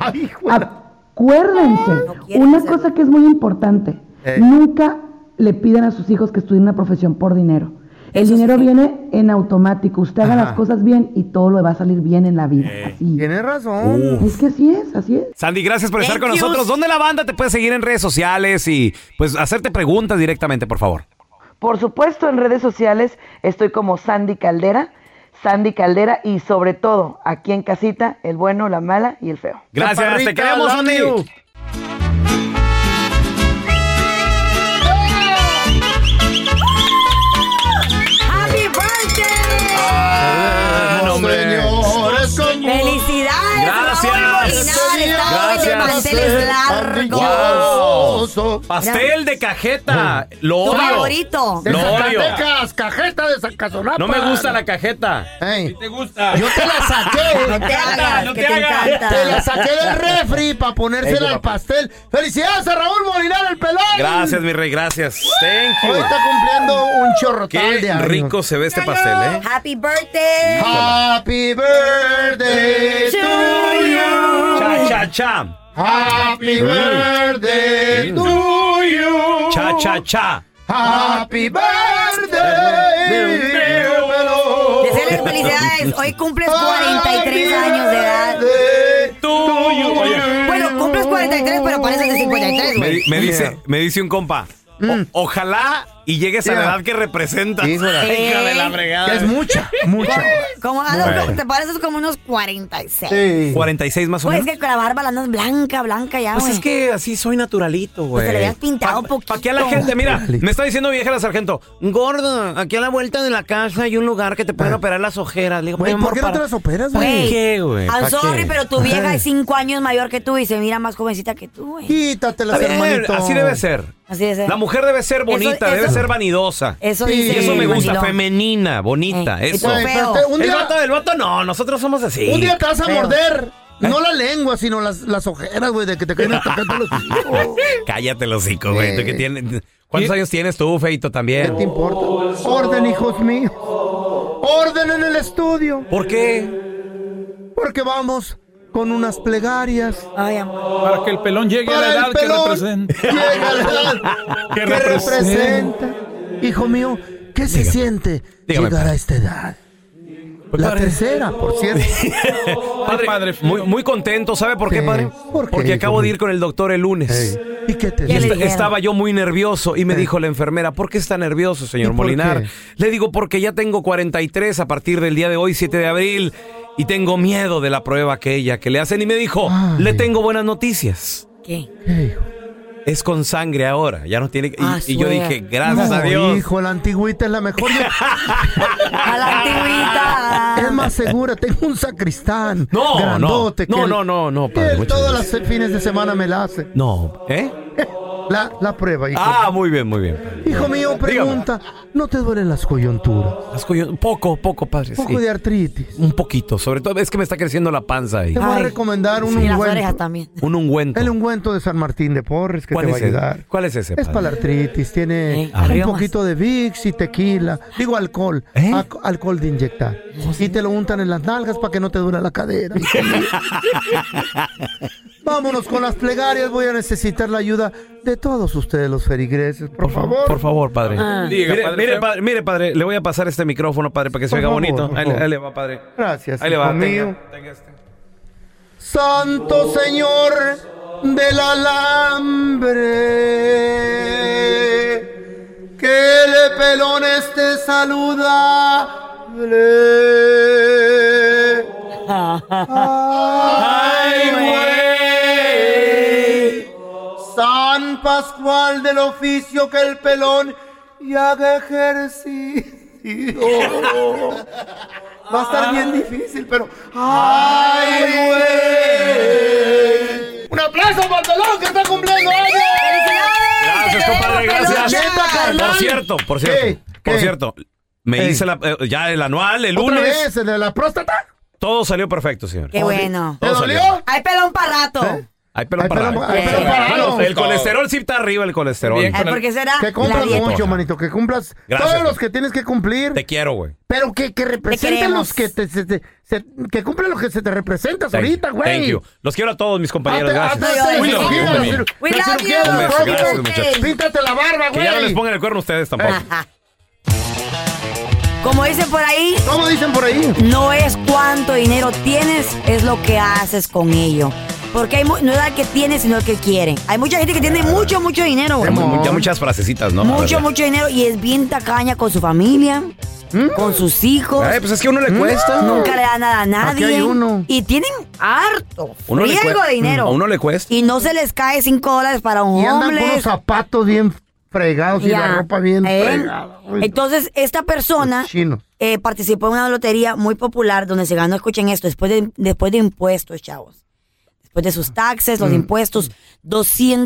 Acuérdense, una cosa que es muy importante. Eh. Nunca le pidan a sus hijos que estudien una profesión por dinero. El dinero viene en automático. Usted haga las Ajá. cosas bien y todo lo va a salir bien en la vida. Así. Tienes razón. Es que así es, así es. Sandy, gracias por estar Thank con yous. nosotros. ¿Dónde la banda te puede seguir en redes sociales y pues hacerte preguntas directamente, por favor? Por supuesto, en redes sociales estoy como Sandy Caldera, Sandy Caldera y sobre todo aquí en casita, el bueno, la mala y el feo. Gracias, te Chaparrita, queremos, love Sandy. you. ¡Happy Ah, birthday! Señores, como- ¡Felicidades! Gracias. Raúl Molinar, estaba hoy de Gracias. manteles largos. Wow. Pastel de cajeta. Lo Tu odio. favorito. Lo odio. Zacatecas, cajeta de Zacazonapa. No me gusta la cajeta. te gusta? Yo te la saqué. No te hagas, no Que te hagas. encanta. Te la saqué del refri para ponérsela Ey, al pastel. ¡Felicidades a Raúl Molinar, el pelón! Gracias, mi rey, gracias. Thank Hoy you. está cumpliendo un chorro de Qué años. rico se ve este pastel, ¿eh? Happy birthday. Happy birthday to you. Cha, cha, cha. Happy Mm. birthday Mm. to you. Cha, cha, cha. Happy birthday, dear Melo. Desearles felicidades. Hoy cumples 43 años de edad. Bueno, cumples 43, pero pareces de 53, Me, güey. Mm. di- me dice, me dice un compa. o- ojalá y llegues a la edad que representas. Eh. Hija de la fregada. Es mucha, mucha. Como, a los- Bueno. te pareces como unos 46. 46 más o Pues menos. es que con la barba la andas blanca, blanca ya, Pues güey. es que así soy naturalito, Pues te la güey. habías pintado un poquito. Aquí a la gente, mira, me está diciendo vieja la sargento, gorda, aquí a la vuelta de la casa hay un lugar que te pueden operar las ojeras. Le digo, Güey, "Mi ¿por amor, qué no para- te las operas, ¿Para güey? qué, güey? I'm ¿Para Ah, sorry, qué? pero tu vieja es 5 años mayor que tú y se mira más jovencita que tú, güey. Está bien, eh, Así debe ser. Así ¿eh? debe ser. La mujer debe ser Eso- bonita, eso- debe ser vanidosa. eso y dice eso me el gusta, mandilón. femenina, bonita, Eh, eso. y tú feo. Pero un El día- vato, el vato no, nosotros somos así. Un día te vas a Feo. morder. Eh. No la lengua, sino las, las ojeras, güey, de que te caen atacando los hijos. Cállate los hocico, güey. ¿Tú qué tienes? ¿Cuántos años tienes tú, Feito, también? ¿Qué te importa? Orden, hijos míos. Orden en el estudio. ¿Por qué? Porque vamos con unas plegarias. Ay, amor. Para que el pelón llegue Para a la el edad que pelón representa. Llega la edad Que que representa. representa. Hijo mío, ¿qué se Dígame. siente llegar Dígame, a padre. Pues, esta edad? La padre. tercera, por cierto. Padre, muy, muy contento, ¿sabe por qué, padre? Porque acabo de ir con el doctor el lunes. Y ¿Qué le est- dijeron? estaba yo muy nervioso y me dijo la enfermera, ¿por qué está nervioso, señor ¿Y por Molinar? qué? Le digo, porque ya tengo 43 a partir del día de hoy, 7 de abril, y tengo miedo de la prueba aquella que le hacen. Y me dijo, le tengo buenas noticias. ¿Qué? Es con sangre ahora, ya no tiene... que- y- Ah, Y, yo suerte. dije, gracias No, a Dios. Hijo, la antigüita es la mejor. a la antigüita. Es más segura. Tengo un sacristán. No, grandote no, que no, él- no, no, no, que padre, él muchas todas las gracias. fines de semana me la hace. No, ¿eh? La, la prueba, hijo. Ah, muy bien, muy bien. Hijo mío, pregunta, ¿no te duelen las coyunturas? Las coyun- Poco, poco, padre. Poco de artritis. Un poquito, sobre todo es que me está creciendo la panza ahí. Te voy a recomendar un Y las orejas ungüento. también. Un ungüento. El ungüento de San Martín de Porres que te ¿Cuál va a es ese? ayudar. ¿Cuál es ese? Es padre? para la artritis, tiene Ah. un Riomas. poquito de Vicks y tequila, digo alcohol, alco- alcohol de inyectar. Y te lo untan en las nalgas para que no te duela la cadera. Vámonos con las plegarias, voy a necesitar la ayuda de todos ustedes los ferigreses, por, favor. Por favor, padre. Ah. Diga, mire, padre mire, feo. padre, mire, padre, le voy a pasar este micrófono, padre, para que se Por oiga favor, bonito. por Ahí, le- favor. ahí le va, padre. Gracias, Ahí le va. hijo tenga. este. mío. Santo Señor del alambre, que el pelón esté saludable. Ay, güey. San Pascual del oficio que el pelón ya haga ejercicio. Va a estar bien difícil, pero. Ah. ¡Ay, güey! ¡Un aplauso para el pelón que está cumpliendo años! Gracias, compadre, Este gracias. Neta, carnal. Por cierto, por cierto. ¿Qué? Por ¿Qué? cierto, me Ey. hice la- eh, ya el anual, el ¿Otra lunes. vez? ¿El de la próstata? Todo salió perfecto, señor. Qué bueno. Todo salió. Hay pelón para rato. Hay pelón para hay pelón Sí. para Bueno, algo. El colesterol sí está arriba, el colesterol. Ay, ¿Por qué será? Que cumplas Ah, La dieta. mucho, manito, que cumplas Gracias, todos los que tienes que cumplir, Te quiero, güey. pero que, que representen queremos. los que te, se te- se- que cumplan los que se te representas Thank ahorita, you, güey. Thank you. Los quiero a todos mis compañeros. Hazte- hazte Gracias. la We love you, cirugía, la homie. ciru- We la love you. cirugía del Gracias, próstata. gracias, muchachos. Píntate la barba, Que ya no les güey. pongan el cuerno a ustedes tampoco. Como dicen por ahí. ¿Cómo dicen por ahí? No es cuánto dinero tienes, es lo que haces con ello. Porque hay mu- no es el que tiene, sino el que quiere. Hay mucha gente que tiene mucho, mucho dinero. güey. Ya mu- Ya muchas frasecitas, ¿no? La Mucho, verdad. mucho dinero y es bien tacaña con su familia, con sus hijos. Mm. Ay, pues es que a uno le Mm. cuesta. Nunca le da nada a Aquí nadie. hay uno. Y tienen harto. Uno le friego cue- mm, de dinero. A uno le cuesta. Y no se les cae 5 dólares para un Y andan con homeless. unos zapatos bien fregados y Ya. la ropa bien ¿Eh? fregada. Uy, Entonces, esta persona Cochinos. eh, participó en una lotería muy popular donde se ganó, escuchen esto, después de, después de impuestos, chavos. Después de sus taxes, los impuestos,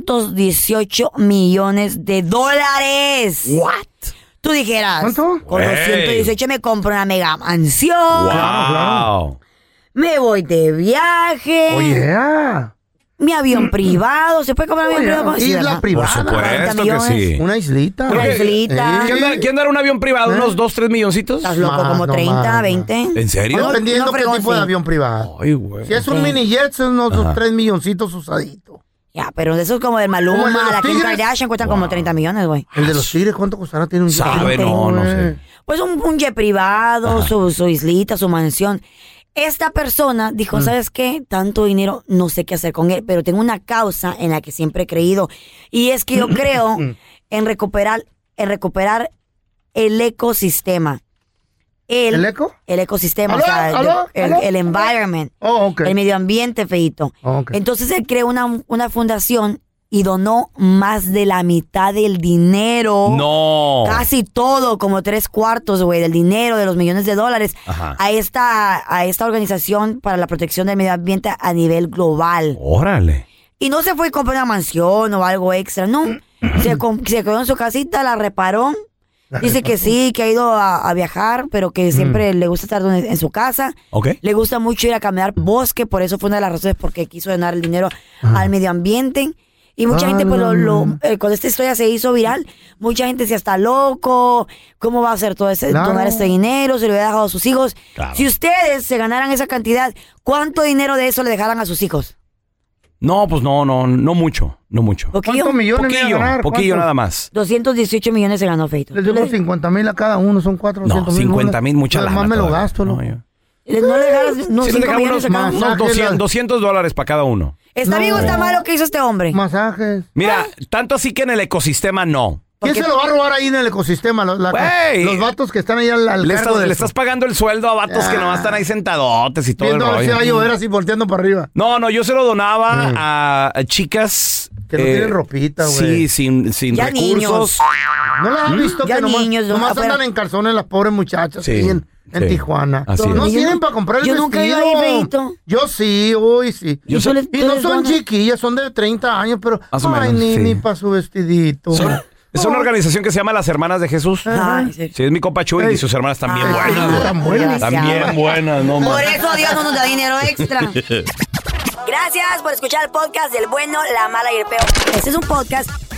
218 millones de dólares. ¿What? Tú dijeras, con Güey. 218 me compro una mega mansión, Wow. me voy de viaje, Oye, ah. mi avión privado, se puede comprar un avión Oye, privado. Sí, isla ¿verdad? privada. Por supuesto que millones. sí. Una islita. ¿Eh? Una islita. ¿Quién dar, un avión privado? ¿Unos 2, 3 milloncitos? Estás loco, como 30, 20. ¿En serio? No, Dependiendo no qué fregón, tipo de sí. avión privado. Ay, güey. Si es un Sí. mini jet, son Ajá. unos 3 milloncitos usaditos. Ya, pero eso es como del Maluma, Como el de los la Kim tigres. Kardashian cuestan como 30 millones, güey. El de los tigres, ¿cuánto costará? Tiene un Sabe, yate, no, no güey. sé. Pues un, un jet privado, su, su islita, su mansión. Esta persona dijo, Mm. ¿sabes qué? Tanto dinero, no sé qué hacer con él, Mm. pero tengo una causa en la que siempre he creído. Y es que yo creo en recuperar en recuperar el ecosistema. ¿El, ¿El eco? El ecosistema, ¿Aló? o sea, el- ¿Aló? el, ¿Aló? Oh, el environment, el medio ambiente, feito. Entonces él creó una, una fundación y donó más de la mitad del dinero. No. Casi todo, como tres cuartos, güey, del dinero, de los millones de dólares, Ajá. a esta, a esta organización para la protección del medio ambiente a nivel global. Oh. Órale. Y no se fue y compró una mansión o algo extra, no. Se, com- se quedó en su casita, la reparó. Dice que sí, que ha ido a, a viajar, pero que siempre le gusta estar donde- en su casa. Ok. Le gusta mucho ir a caminar bosque, por eso fue una de las razones por qué quiso donar el dinero al medio ambiente. Y mucha gente, pues, lo, lo- eh, con esta historia se hizo viral. Mucha gente decía, está loco, ¿cómo va a hacer todo ese, Claro. donar este dinero? Se lo hubiera dejado a sus hijos. Si ustedes se ganaran esa cantidad, ¿cuánto dinero de eso le dejaran a sus hijos? No, pues no, no, no mucho, no mucho. ¿Cuántos millones me iba a Poquillo, ganar? poquillo ¿Cuántos? nada más. 218 millones se ganó Feito. Les dejo 50 mil a cada uno, son 400 mil. 50 pues, mil, mucha Además lana me lo todavía. gasto, ¿no? Le- No le dejaras no, Sí, cinco le dejaba millones unos, a cada uno. unos 200, 200 dólares para cada uno. ¿Está bien o está mal lo que hizo este hombre? Masajes. Mira, tanto así que en el ecosistema no. ¿Quién se lo va a robar ahí en el ecosistema? Los, la- Güey. los vatos que están ahí al, al Le cargo estás, de le eso. estás pagando el sueldo a vatos Ya. que nomás están ahí sentadotes y todo Viendo a el ver si rollo. va a llover así volteando para arriba. No, no, yo se lo donaba a, a chicas. Mm. eh, Que no tienen ropita, güey. Sí, sin, sin Ya recursos. niños. ¿No las has ¿Mm? visto Ya que nomás, niños, ¿no? nomás Afuera. andan en calzones las pobres muchachas Sí, ahí en, en sí. Tijuana? Así no es. tienen para comprar el Yo vestido. nunca he ido ahí, Feito. Yo sí, uy, sí. Yo y sé- y no son chiquillas, son de 30 años, pero Más o ay, menos, ni, sí. ni para su vestidito. Es una organización que se llama Las Hermanas de Jesús. sí. es mi compa Chuy y sus hermanas también Ay, buenas. güey. tan buenas. También buenas, no Por más. eso Dios no nos da dinero extra. Gracias por escuchar el podcast del bueno, la mala y el peor. Este es un podcast